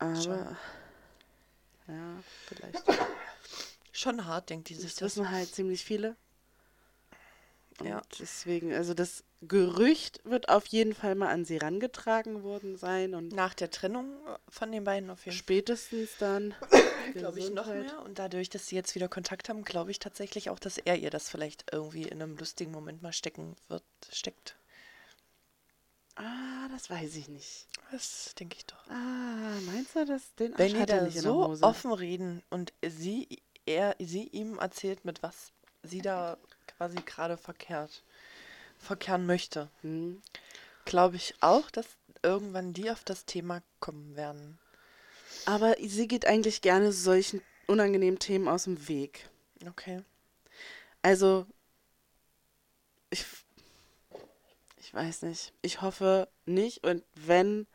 [SPEAKER 1] aber
[SPEAKER 2] Schon.
[SPEAKER 1] ja, vielleicht.
[SPEAKER 2] Schon hart denkt die sich
[SPEAKER 1] Das
[SPEAKER 2] das.
[SPEAKER 1] wissen halt ziemlich viele. Und
[SPEAKER 2] Ja.
[SPEAKER 1] deswegen, also das Gerücht wird auf jeden Fall mal an sie rangetragen worden sein und
[SPEAKER 2] Nach der Trennung äh, von den beiden auf jeden
[SPEAKER 1] spätestens <coughs> dann.
[SPEAKER 2] Fall, glaube ich, noch
[SPEAKER 1] Gesundheit.
[SPEAKER 2] mehr. Und dadurch, dass sie jetzt wieder Kontakt haben, glaube ich tatsächlich auch, dass er ihr das vielleicht irgendwie in einem lustigen Moment mal stecken wird, steckt.
[SPEAKER 1] Ah, das weiß ich nicht.
[SPEAKER 2] Das denke ich doch.
[SPEAKER 1] Ah, meinst du, dass den
[SPEAKER 2] Wenn
[SPEAKER 1] Arsch
[SPEAKER 2] die
[SPEAKER 1] hat er
[SPEAKER 2] da
[SPEAKER 1] nicht in der
[SPEAKER 2] so
[SPEAKER 1] Hose?
[SPEAKER 2] offen reden und sie, er, sie ihm erzählt, mit was sie da quasi gerade verkehrt, verkehren möchte,
[SPEAKER 1] Hm.
[SPEAKER 2] glaube ich auch, dass irgendwann die auf das Thema kommen werden.
[SPEAKER 1] Aber sie geht eigentlich gerne solchen unangenehmen Themen aus dem Weg.
[SPEAKER 2] Okay.
[SPEAKER 1] Also weiß nicht. Ich hoffe nicht. Und wenn,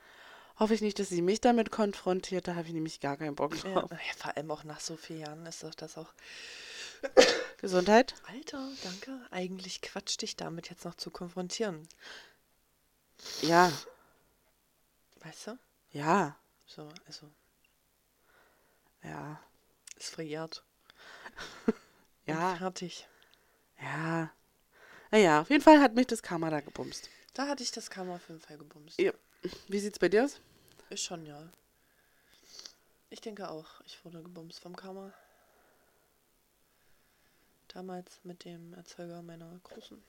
[SPEAKER 1] hoffe ich nicht, dass sie mich damit konfrontiert. Da habe ich nämlich gar keinen Bock
[SPEAKER 2] Ja,
[SPEAKER 1] drauf.
[SPEAKER 2] ja, vor allem auch nach so vielen Jahren ist doch das auch.
[SPEAKER 1] Gesundheit?
[SPEAKER 2] Alter, danke. Eigentlich Quatsch, dich damit jetzt noch zu konfrontieren.
[SPEAKER 1] Ja,
[SPEAKER 2] Weißt du?
[SPEAKER 1] ja,
[SPEAKER 2] So, also,
[SPEAKER 1] ja,
[SPEAKER 2] ist verjährt. Und
[SPEAKER 1] ja,
[SPEAKER 2] Fertig.
[SPEAKER 1] ja. Naja, auf jeden Fall hat mich das Karma da gebumst.
[SPEAKER 2] Da hatte ich das Karma auf jeden Fall gebumst.
[SPEAKER 1] Ja. Wie sieht's bei dir aus?
[SPEAKER 2] Ist schon, ja. Ich denke auch, ich wurde gebumst vom Karma. Damals mit dem Erzeuger meiner Großen.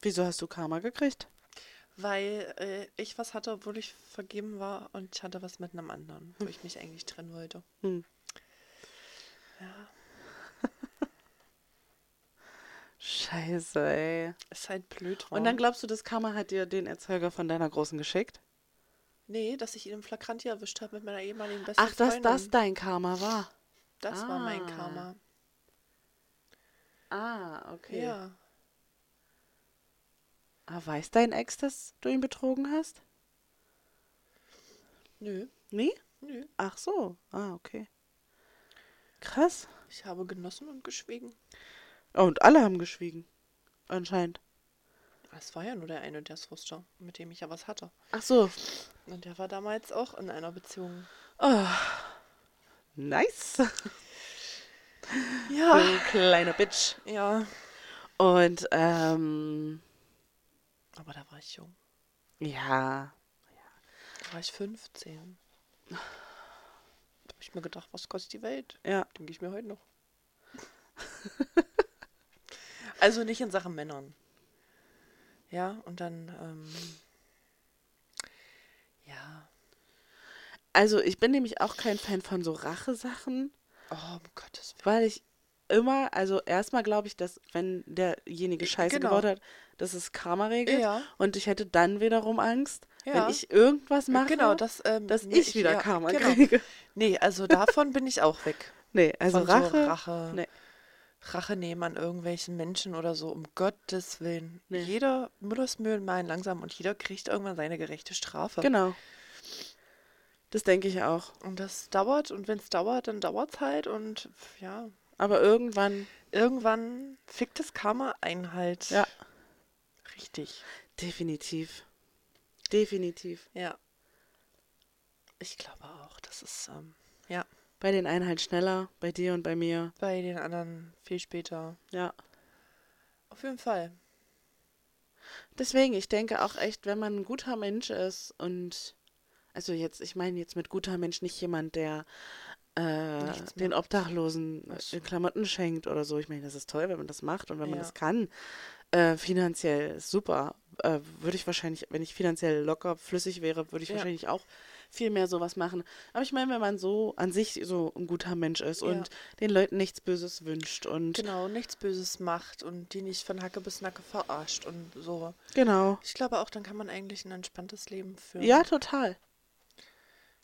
[SPEAKER 1] Wieso hast du Karma gekriegt?
[SPEAKER 2] Weil äh, ich was hatte, obwohl ich vergeben war und ich hatte was mit einem anderen, wo ich mich eigentlich trennen wollte.
[SPEAKER 1] Hm.
[SPEAKER 2] Ja,
[SPEAKER 1] <laughs> Scheiße, ey.
[SPEAKER 2] ist halt blöd. wa?
[SPEAKER 1] Und dann glaubst du, das Karma hat dir den Erzeuger von deiner Großen geschickt?
[SPEAKER 2] nee, dass ich ihn im Flagranti erwischt habe mit meiner ehemaligen besten
[SPEAKER 1] Ach, dass
[SPEAKER 2] Freundin.
[SPEAKER 1] das dein Karma war.
[SPEAKER 2] Das war mein
[SPEAKER 1] Ah.
[SPEAKER 2] Karma.
[SPEAKER 1] Ah, okay.
[SPEAKER 2] Ja.
[SPEAKER 1] Ah, weiß dein Ex, dass du ihn betrogen hast?
[SPEAKER 2] Nö,
[SPEAKER 1] Nee?
[SPEAKER 2] nö.
[SPEAKER 1] Ach so. Ah, okay. Krass.
[SPEAKER 2] Ich habe genossen und geschwiegen.
[SPEAKER 1] Oh, und alle haben geschwiegen. Anscheinend.
[SPEAKER 2] Es war ja nur der eine, der es wusste, mit dem ich ja was hatte.
[SPEAKER 1] Ach so.
[SPEAKER 2] Und der war damals auch in einer Beziehung.
[SPEAKER 1] Oh. Nice.
[SPEAKER 2] Ja.
[SPEAKER 1] <laughs> Du kleine Bitch.
[SPEAKER 2] Ja.
[SPEAKER 1] Und, ähm,
[SPEAKER 2] Aber da war ich jung.
[SPEAKER 1] ja.
[SPEAKER 2] Da war ich 15. Da habe ich mir gedacht, was kostet die Welt?
[SPEAKER 1] Ja.
[SPEAKER 2] Denke ich
[SPEAKER 1] <laughs>
[SPEAKER 2] mir heute noch. also nicht in Sachen Männern. Ja, und dann, ähm, ja.
[SPEAKER 1] Also, ich bin nämlich auch kein Fan von so Rache-Sachen.
[SPEAKER 2] Oh, um Gottes Willen.
[SPEAKER 1] Weil ich immer, also erstmal glaube ich, dass wenn derjenige Scheiße
[SPEAKER 2] Genau.
[SPEAKER 1] gebaut hat, dass es Karma regelt.
[SPEAKER 2] Ja.
[SPEAKER 1] Und ich hätte dann wiederum Angst,
[SPEAKER 2] Ja.
[SPEAKER 1] wenn ich irgendwas mache,
[SPEAKER 2] Genau, das, ähm,
[SPEAKER 1] dass
[SPEAKER 2] nee,
[SPEAKER 1] ich wieder
[SPEAKER 2] ja,
[SPEAKER 1] Karma
[SPEAKER 2] genau.
[SPEAKER 1] kriege. <laughs>
[SPEAKER 2] Nee, also davon bin ich auch weg.
[SPEAKER 1] Nee, also
[SPEAKER 2] Von
[SPEAKER 1] Rache.
[SPEAKER 2] So Rache.
[SPEAKER 1] Nee.
[SPEAKER 2] Rache nehmen an irgendwelchen Menschen oder so, um Gottes Willen.
[SPEAKER 1] Nee.
[SPEAKER 2] Jeder Müllersmühlen malen langsam und jeder kriegt irgendwann seine gerechte Strafe.
[SPEAKER 1] Genau. Das denke ich auch.
[SPEAKER 2] Und das dauert und wenn es dauert, dann dauert es halt und pf, ja,
[SPEAKER 1] Aber irgendwann,
[SPEAKER 2] irgendwann fickt das Karma einen halt.
[SPEAKER 1] ja,
[SPEAKER 2] Richtig.
[SPEAKER 1] definitiv. Definitiv.
[SPEAKER 2] Ja. Ich glaube auch, das ist, ähm, ja,
[SPEAKER 1] Bei den einen halt schneller, bei dir und bei mir.
[SPEAKER 2] bei den anderen viel später.
[SPEAKER 1] Ja.
[SPEAKER 2] Auf jeden Fall.
[SPEAKER 1] Deswegen, ich denke auch echt, wenn man ein guter Mensch ist und also jetzt, ich meine jetzt mit guter Mensch nicht jemand, der äh,
[SPEAKER 2] Nichts
[SPEAKER 1] den Obdachlosen
[SPEAKER 2] Ach so.
[SPEAKER 1] äh, Klamotten schenkt oder so. Ich meine, das ist toll, wenn man das macht und wenn man
[SPEAKER 2] Ja.
[SPEAKER 1] das kann. Äh, finanziell ist super. Äh, würde ich wahrscheinlich, wenn ich finanziell locker flüssig wäre, würde ich
[SPEAKER 2] Ja.
[SPEAKER 1] wahrscheinlich auch viel mehr sowas machen. Aber ich meine, wenn man so an sich so ein guter Mensch ist
[SPEAKER 2] Ja.
[SPEAKER 1] und den Leuten nichts Böses wünscht und
[SPEAKER 2] Genau, nichts Böses macht und die nicht von Hacke bis Nacke verarscht und so.
[SPEAKER 1] genau.
[SPEAKER 2] Ich glaube auch, dann kann man eigentlich ein entspanntes Leben führen.
[SPEAKER 1] Ja, total.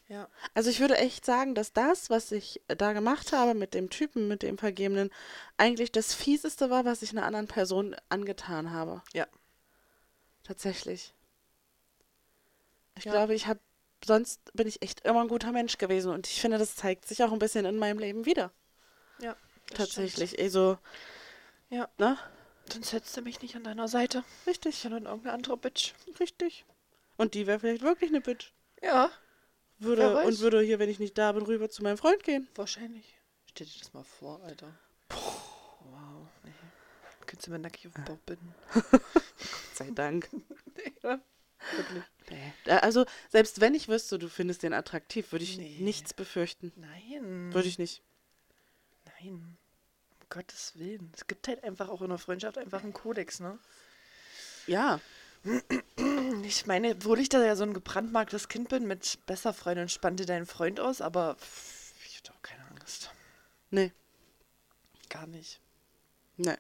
[SPEAKER 2] Ja.
[SPEAKER 1] Also ich würde echt sagen, dass das, was ich äh, da gemacht habe mit dem Typen, mit dem Vergebenen, eigentlich das Fieseste war, was ich einer anderen Person angetan habe.
[SPEAKER 2] Ja.
[SPEAKER 1] Tatsächlich. Ich
[SPEAKER 2] Ja.
[SPEAKER 1] glaube, ich habe, sonst bin ich echt immer ein guter Mensch gewesen und ich finde, das zeigt sich auch ein bisschen in meinem Leben wieder.
[SPEAKER 2] Ja. das
[SPEAKER 1] Tatsächlich. Also,
[SPEAKER 2] Stimmt. Ja.
[SPEAKER 1] ne?
[SPEAKER 2] Sonst hättest du mich nicht an deiner Seite,
[SPEAKER 1] Richtig,
[SPEAKER 2] sondern irgendeine andere Bitch.
[SPEAKER 1] richtig. Und die wäre vielleicht wirklich eine Bitch.
[SPEAKER 2] Ja. Wer
[SPEAKER 1] Würde,
[SPEAKER 2] weiß.
[SPEAKER 1] und würde hier, wenn ich nicht da bin, rüber zu meinem Freund gehen.
[SPEAKER 2] Wahrscheinlich. Stell dir das mal vor, Alter. Wow. Ah. Nee. Könntest du mir nackig auf den Bauch <laughs> binden.
[SPEAKER 1] Gott sei Dank.
[SPEAKER 2] Wirklich.
[SPEAKER 1] Äh, Also, selbst wenn ich wüsste, du findest den attraktiv, würde ich
[SPEAKER 2] Nee. Hm.
[SPEAKER 1] nichts befürchten.
[SPEAKER 2] Nein.
[SPEAKER 1] Würde ich nicht.
[SPEAKER 2] Nein. Um Gottes Willen. Es gibt halt einfach auch in der Freundschaft einfach einen Kodex, ne?
[SPEAKER 1] Ja,
[SPEAKER 2] Ich meine, obwohl ich da ja so ein gebrandmarktes Kind bin mit besser Freundin, spann dir deinen Freund aus, aber pff, ich hätte auch keine Angst.
[SPEAKER 1] nee,
[SPEAKER 2] Gar nicht.
[SPEAKER 1] nee.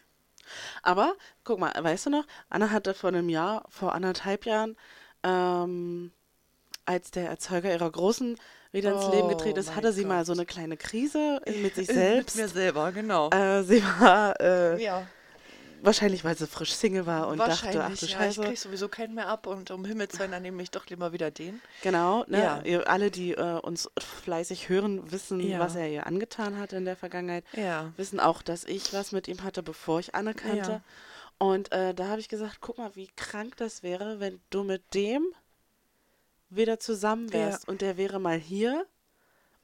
[SPEAKER 1] Aber, guck mal, weißt du noch, Anna hatte vor einem Jahr, vor anderthalb Jahren, ähm, als der Erzeuger ihrer Großen wieder ins Leben
[SPEAKER 2] Oh
[SPEAKER 1] getreten ist,
[SPEAKER 2] mein
[SPEAKER 1] hatte sie mal
[SPEAKER 2] Gott.
[SPEAKER 1] so eine
[SPEAKER 2] <laughs>
[SPEAKER 1] kleine Krise in, Äh, mit sich selbst.
[SPEAKER 2] Mit mir selber, genau.
[SPEAKER 1] äh, sie war äh,
[SPEAKER 2] ja.
[SPEAKER 1] Wahrscheinlich, weil sie frisch Single war und dachte, ach du
[SPEAKER 2] ja, ich
[SPEAKER 1] Scheiße.
[SPEAKER 2] krieg sowieso keinen mehr ab und um Himmels Willen, dann nehme ich doch lieber wieder den.
[SPEAKER 1] Genau, ne?
[SPEAKER 2] Ja.
[SPEAKER 1] Ihr, alle, die äh, uns fleißig hören, wissen,
[SPEAKER 2] Ja.
[SPEAKER 1] was er ihr angetan hat in der Vergangenheit.
[SPEAKER 2] Ja.
[SPEAKER 1] Wissen auch, dass ich was mit ihm hatte, bevor ich Anne kannte.
[SPEAKER 2] Ja.
[SPEAKER 1] Und äh, da habe ich gesagt, guck mal, wie krank das wäre, wenn du mit dem wieder zusammen wärst und der wäre mal hier,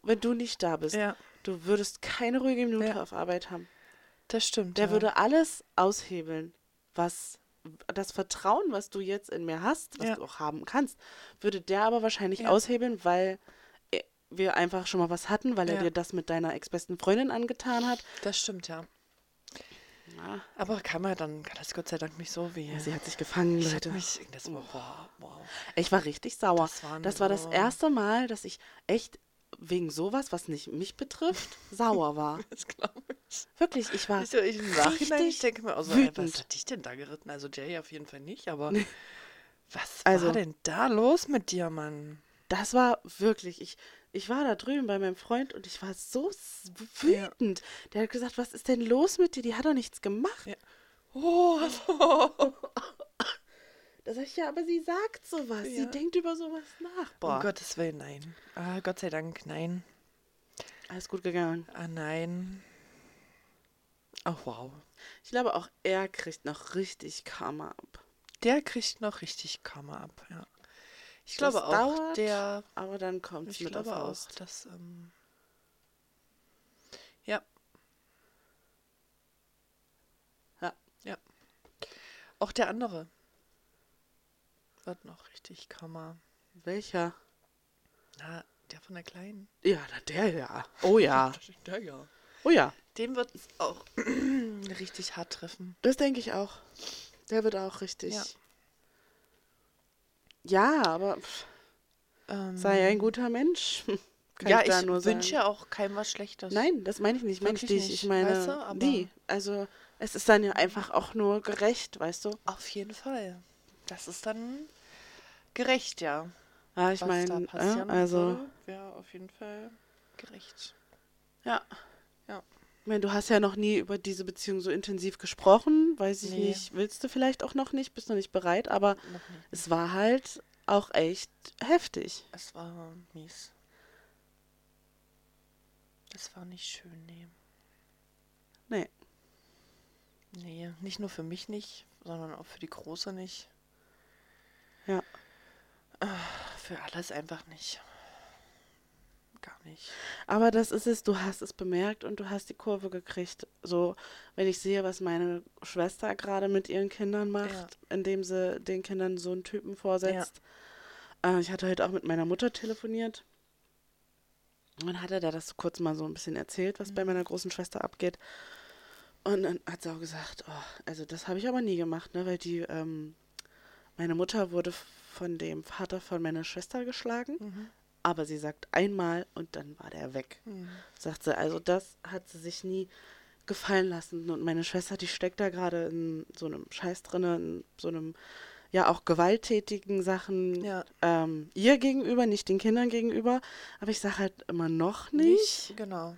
[SPEAKER 1] wenn du nicht da bist.
[SPEAKER 2] Ja,
[SPEAKER 1] Du würdest keine ruhige Minute
[SPEAKER 2] Ja.
[SPEAKER 1] auf Arbeit haben.
[SPEAKER 2] das stimmt.
[SPEAKER 1] Der
[SPEAKER 2] ja.
[SPEAKER 1] würde alles aushebeln, was das Vertrauen, was du jetzt in mir hast, was
[SPEAKER 2] Ja.
[SPEAKER 1] du auch haben kannst, würde der aber wahrscheinlich
[SPEAKER 2] Ja.
[SPEAKER 1] aushebeln, weil äh, wir einfach schon mal was hatten, weil er
[SPEAKER 2] Ja.
[SPEAKER 1] dir das mit deiner ex-besten Freundin angetan hat.
[SPEAKER 2] Das stimmt, ja.
[SPEAKER 1] Ja.
[SPEAKER 2] Aber kam er dann, kann das Gott sei Dank nicht so wie.
[SPEAKER 1] Sie hat sich gefangen,
[SPEAKER 2] ich hab
[SPEAKER 1] Leute.
[SPEAKER 2] mich, das, wow, wow.
[SPEAKER 1] Ich war richtig sauer.
[SPEAKER 2] Das
[SPEAKER 1] Das,
[SPEAKER 2] war ein
[SPEAKER 1] war das
[SPEAKER 2] Sauer.
[SPEAKER 1] erste Mal, dass ich echt wegen sowas, was nicht mich betrifft, sauer
[SPEAKER 2] <laughs>
[SPEAKER 1] war.
[SPEAKER 2] Das glaube ich.
[SPEAKER 1] Wirklich, ich war
[SPEAKER 2] Ich, so, ich, im Nachhinein, ich
[SPEAKER 1] richtig
[SPEAKER 2] denke mir, also, ey, was
[SPEAKER 1] wütend.
[SPEAKER 2] hat dich denn da geritten? Also Jay auf jeden Fall nicht, aber was
[SPEAKER 1] Also-
[SPEAKER 2] war denn da los mit dir, Mann?
[SPEAKER 1] Das war wirklich, ich, ich war da drüben bei meinem Freund und ich war so s- wütend. Der hat gesagt, was ist denn los mit dir? Die hat doch nichts gemacht.
[SPEAKER 2] Ja. Oh, oh,
[SPEAKER 1] <laughs> Da sag ich, ja, aber sie sagt sowas.
[SPEAKER 2] Ja.
[SPEAKER 1] Sie denkt über sowas nach. Boah,
[SPEAKER 2] um Gottes Willen, nein. Ah, Gott sei Dank, nein.
[SPEAKER 1] alles gut gegangen.
[SPEAKER 2] Ah, nein. Ach, wow.
[SPEAKER 1] Ich glaube, auch er kriegt noch richtig Karma ab.
[SPEAKER 2] Der kriegt noch richtig Karma ab, ja. Ich
[SPEAKER 1] Das
[SPEAKER 2] glaube auch,
[SPEAKER 1] dauert,
[SPEAKER 2] der
[SPEAKER 1] Aber dann kommt es
[SPEAKER 2] Ich
[SPEAKER 1] mit der
[SPEAKER 2] glaube auch,
[SPEAKER 1] Faust.
[SPEAKER 2] dass. Ähm, ja.
[SPEAKER 1] Ja.
[SPEAKER 2] Ja. Auch der andere wird noch richtig Kammer.
[SPEAKER 1] Welcher?
[SPEAKER 2] Na, der von der Kleinen.
[SPEAKER 1] Ja, na, der ja. Oh
[SPEAKER 2] <laughs>
[SPEAKER 1] ja.
[SPEAKER 2] Der ja.
[SPEAKER 1] Oh ja.
[SPEAKER 2] Dem wird es auch <clears throat> richtig hart treffen.
[SPEAKER 1] Das denke ich auch. Der wird auch richtig.
[SPEAKER 2] Ja.
[SPEAKER 1] Ja, ja aber pff,
[SPEAKER 2] Ähm,
[SPEAKER 1] sei ein guter Mensch. <laughs> Kann
[SPEAKER 2] ja,
[SPEAKER 1] ich da
[SPEAKER 2] ich
[SPEAKER 1] nur sagen.
[SPEAKER 2] wünsche ja auch keinem was Schlechtes.
[SPEAKER 1] Nein, das meine ich nicht. Meine ich
[SPEAKER 2] Wirklich
[SPEAKER 1] dich. Ich
[SPEAKER 2] nicht,
[SPEAKER 1] meine
[SPEAKER 2] weißt du, aber-
[SPEAKER 1] die. Also es ist dann ja einfach auch nur gerecht, weißt du?
[SPEAKER 2] Auf jeden Fall. Das ist dann gerecht, ja.
[SPEAKER 1] Ja, ich
[SPEAKER 2] was da
[SPEAKER 1] meine, äh,
[SPEAKER 2] passieren
[SPEAKER 1] also
[SPEAKER 2] würde, wäre auf jeden Fall gerecht.
[SPEAKER 1] ja.
[SPEAKER 2] Ja.
[SPEAKER 1] Ich meine, du hast ja noch nie über diese Beziehung so intensiv gesprochen, weiß ich
[SPEAKER 2] Nee.
[SPEAKER 1] nicht. Willst du vielleicht auch noch nicht, bist noch nicht bereit, aber
[SPEAKER 2] Noch nie.
[SPEAKER 1] es war halt auch echt heftig.
[SPEAKER 2] Es war mies. Es war nicht schön, nee.
[SPEAKER 1] Nee.
[SPEAKER 2] Nee, nicht nur für mich nicht, sondern auch für die Große nicht.
[SPEAKER 1] Ja.
[SPEAKER 2] Ach, Für alles einfach nicht. Gar nicht.
[SPEAKER 1] Aber das ist es, du hast es bemerkt und du hast die Kurve gekriegt. So, wenn ich sehe, was meine Schwester gerade mit ihren Kindern macht, indem sie den Kindern so einen Typen vorsetzt. Äh, ich hatte heute auch mit meiner Mutter telefoniert. Und dann hatte da das kurz mal so ein bisschen erzählt, was bei meiner großen Schwester abgeht. Und dann hat sie auch gesagt, oh, also das habe ich aber nie gemacht, ne? Weil die, ähm, meine Mutter wurde von dem Vater von meiner Schwester geschlagen.
[SPEAKER 2] Mhm.
[SPEAKER 1] Aber sie sagt einmal und dann war der weg. Sagt sie, also das hat sie sich nie gefallen lassen. Und meine Schwester, die steckt da gerade in so einem Scheiß drinne, in so einem, ja, auch gewalttätigen Sachen.
[SPEAKER 2] Ja.
[SPEAKER 1] Ähm, ihr gegenüber, nicht den Kindern gegenüber. Aber ich sage halt immer noch nicht.
[SPEAKER 2] Genau.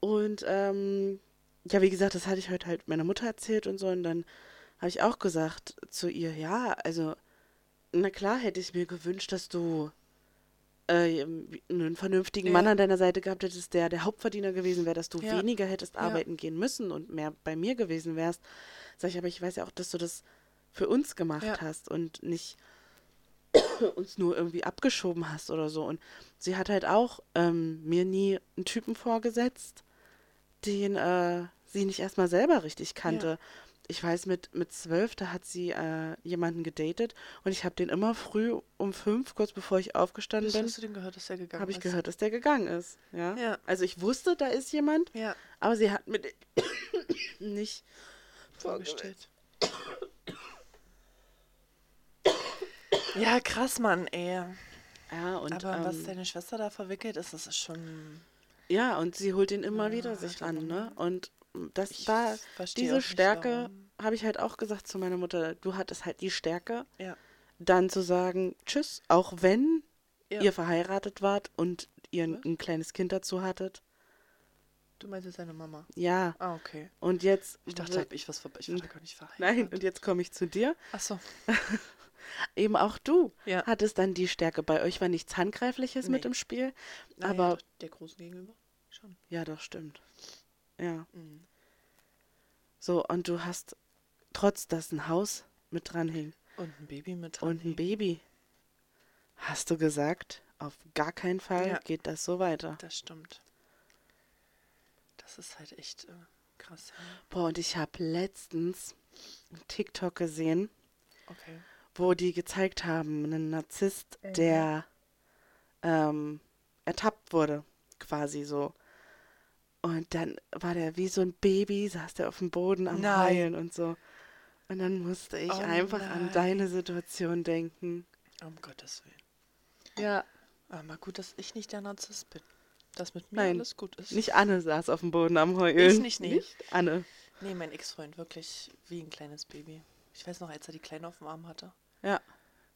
[SPEAKER 1] Und ähm, ja, wie gesagt, das hatte ich heute halt meiner Mutter erzählt und so. Und dann habe ich auch gesagt zu ihr, ja, also, na klar hätte ich mir gewünscht, dass du äh, einen vernünftigen
[SPEAKER 2] Ja.
[SPEAKER 1] Mann an deiner Seite gehabt hättest, der der Hauptverdiener gewesen wäre, dass du
[SPEAKER 2] Ja.
[SPEAKER 1] weniger hättest
[SPEAKER 2] Ja.
[SPEAKER 1] arbeiten gehen müssen und mehr bei mir gewesen wärst. Sag ich, aber ich weiß ja auch, dass du das für uns gemacht
[SPEAKER 2] Ja.
[SPEAKER 1] hast und nicht <coughs> uns nur irgendwie abgeschoben hast oder so. Und sie hat halt auch ähm, mir nie einen Typen vorgesetzt, den äh, sie nicht erstmal selber richtig kannte. Ich weiß, mit, mit zwölf, da hat sie äh, jemanden gedatet und ich habe den immer früh um fünf, kurz bevor ich aufgestanden
[SPEAKER 2] Bis
[SPEAKER 1] bin,
[SPEAKER 2] hast du den gehört, dass der gegangen
[SPEAKER 1] habe ich
[SPEAKER 2] ist?
[SPEAKER 1] gehört, dass der gegangen ist. Ja?
[SPEAKER 2] Ja.
[SPEAKER 1] Also ich wusste, da ist jemand,
[SPEAKER 2] Ja,
[SPEAKER 1] aber sie hat mir den <coughs> nicht <coughs>
[SPEAKER 2] vorgestellt. Ja, krass, Mann, ey.
[SPEAKER 1] Ja, und,
[SPEAKER 2] Aber was
[SPEAKER 1] ähm,
[SPEAKER 2] deine Schwester da verwickelt ist, das ist schon.
[SPEAKER 1] ja, und sie holt ihn immer
[SPEAKER 2] Ja,
[SPEAKER 1] wieder sich
[SPEAKER 2] hat
[SPEAKER 1] ran,
[SPEAKER 2] er-
[SPEAKER 1] ne? Und das
[SPEAKER 2] Ah, Ich
[SPEAKER 1] da,
[SPEAKER 2] verstehe auch
[SPEAKER 1] diese
[SPEAKER 2] nicht,
[SPEAKER 1] Stärke
[SPEAKER 2] warum.
[SPEAKER 1] habe ich halt auch gesagt zu meiner Mutter, du hattest halt die Stärke,
[SPEAKER 2] Ja.
[SPEAKER 1] dann zu sagen, tschüss, auch wenn
[SPEAKER 2] Ja.
[SPEAKER 1] ihr verheiratet wart und ihr ein,
[SPEAKER 2] Was?
[SPEAKER 1] ein kleines Kind dazu hattet.
[SPEAKER 2] Du meinst jetzt deine Mama?
[SPEAKER 1] Ja.
[SPEAKER 2] Ah, okay.
[SPEAKER 1] Und jetzt.
[SPEAKER 2] Ich dachte, da hab ich was ver Ich war da gar nicht verheiratet.
[SPEAKER 1] Mhm. Nein, und jetzt komme ich zu dir.
[SPEAKER 2] Ach so.
[SPEAKER 1] Eben auch du
[SPEAKER 2] Ja.
[SPEAKER 1] hattest dann die Stärke. Bei euch war nichts Handgreifliches mit
[SPEAKER 2] Nee.
[SPEAKER 1] im Spiel.
[SPEAKER 2] Naja,
[SPEAKER 1] Aber-
[SPEAKER 2] doch, der Großen gegenüber? Schon.
[SPEAKER 1] Ja, doch, stimmt. Ja.
[SPEAKER 2] Mhm.
[SPEAKER 1] So, und du hast trotz, dass ein Haus mit dran hing
[SPEAKER 2] Und ein Baby mit dran.
[SPEAKER 1] und ein Baby, hast du gesagt, auf gar keinen Fall
[SPEAKER 2] Ja.
[SPEAKER 1] geht das so weiter.
[SPEAKER 2] Das stimmt. Das ist halt echt äh, krass. Ja.
[SPEAKER 1] Boah, und ich habe letztens einen TikTok gesehen,
[SPEAKER 2] Okay.
[SPEAKER 1] wo die gezeigt haben, einen Narzisst,
[SPEAKER 2] Mhm.
[SPEAKER 1] der ähm, ertappt wurde, quasi so. Und dann war der wie so ein Baby, saß der auf dem Boden am
[SPEAKER 2] Nein.
[SPEAKER 1] Heulen und so. Und dann musste ich
[SPEAKER 2] Oh
[SPEAKER 1] einfach an
[SPEAKER 2] nein.
[SPEAKER 1] deine Situation denken.
[SPEAKER 2] Um Gottes Willen.
[SPEAKER 1] Ja.
[SPEAKER 2] Aber gut, dass ich nicht der Narzisst bin. Dass mit mir
[SPEAKER 1] Nein,
[SPEAKER 2] alles gut ist.
[SPEAKER 1] Nicht Anne saß auf dem Boden am Heulen.
[SPEAKER 2] Ich nicht, nee.
[SPEAKER 1] Anne.
[SPEAKER 2] Nee, mein Ex-Freund, wirklich wie ein kleines Baby. Ich weiß noch, als er die Kleine auf dem Arm hatte,
[SPEAKER 1] Ja.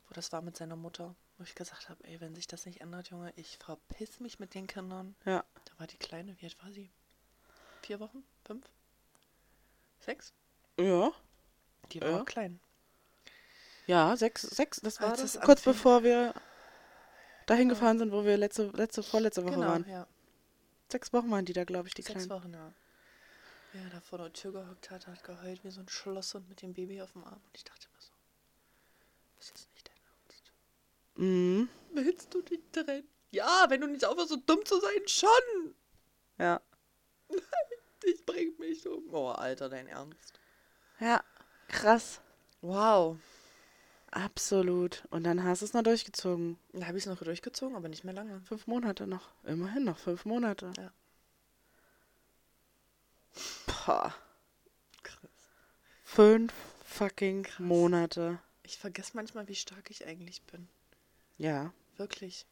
[SPEAKER 2] wo das war mit seiner Mutter, wo ich gesagt habe, ey, wenn sich das nicht ändert, Junge, ich verpiss mich mit den Kindern.
[SPEAKER 1] Ja.
[SPEAKER 2] Da war die Kleine, wie alt war sie? Vier Wochen? Fünf? Sechs?
[SPEAKER 1] Ja.
[SPEAKER 2] Die war
[SPEAKER 1] Ja.
[SPEAKER 2] auch klein.
[SPEAKER 1] Ja, sechs, sechs, das war
[SPEAKER 2] Als
[SPEAKER 1] das
[SPEAKER 2] es
[SPEAKER 1] kurz
[SPEAKER 2] anfing.
[SPEAKER 1] bevor wir dahin gefahren sind, wo wir letzte, letzte, vorletzte Woche
[SPEAKER 2] Genau,
[SPEAKER 1] waren.
[SPEAKER 2] ja.
[SPEAKER 1] Sechs Wochen waren die da, glaube ich, die
[SPEAKER 2] Sechs
[SPEAKER 1] Kleinen.
[SPEAKER 2] Wochen, ja. Wer da vor der Tür gehockt hat, hat geheult wie so ein Schlosshund mit dem Baby auf dem Arm. Und ich dachte immer so, ist jetzt nicht dein Ernst?
[SPEAKER 1] Mhm.
[SPEAKER 2] Willst du dich trennen? Ja, wenn du nicht aufhörst, so dumm zu sein, schon!
[SPEAKER 1] Ja.
[SPEAKER 2] Ich bring mich um. Oh, Alter, dein Ernst.
[SPEAKER 1] Ja, krass.
[SPEAKER 2] Wow.
[SPEAKER 1] Absolut. Und dann hast du es noch durchgezogen.
[SPEAKER 2] Da habe ich es noch durchgezogen, aber nicht mehr lange.
[SPEAKER 1] Fünf Monate noch. Immerhin noch fünf Monate.
[SPEAKER 2] Ja.
[SPEAKER 1] Boah.
[SPEAKER 2] Krass.
[SPEAKER 1] Fünf fucking Monate.
[SPEAKER 2] Ich vergesse manchmal, wie stark ich eigentlich bin.
[SPEAKER 1] Ja.
[SPEAKER 2] Wirklich.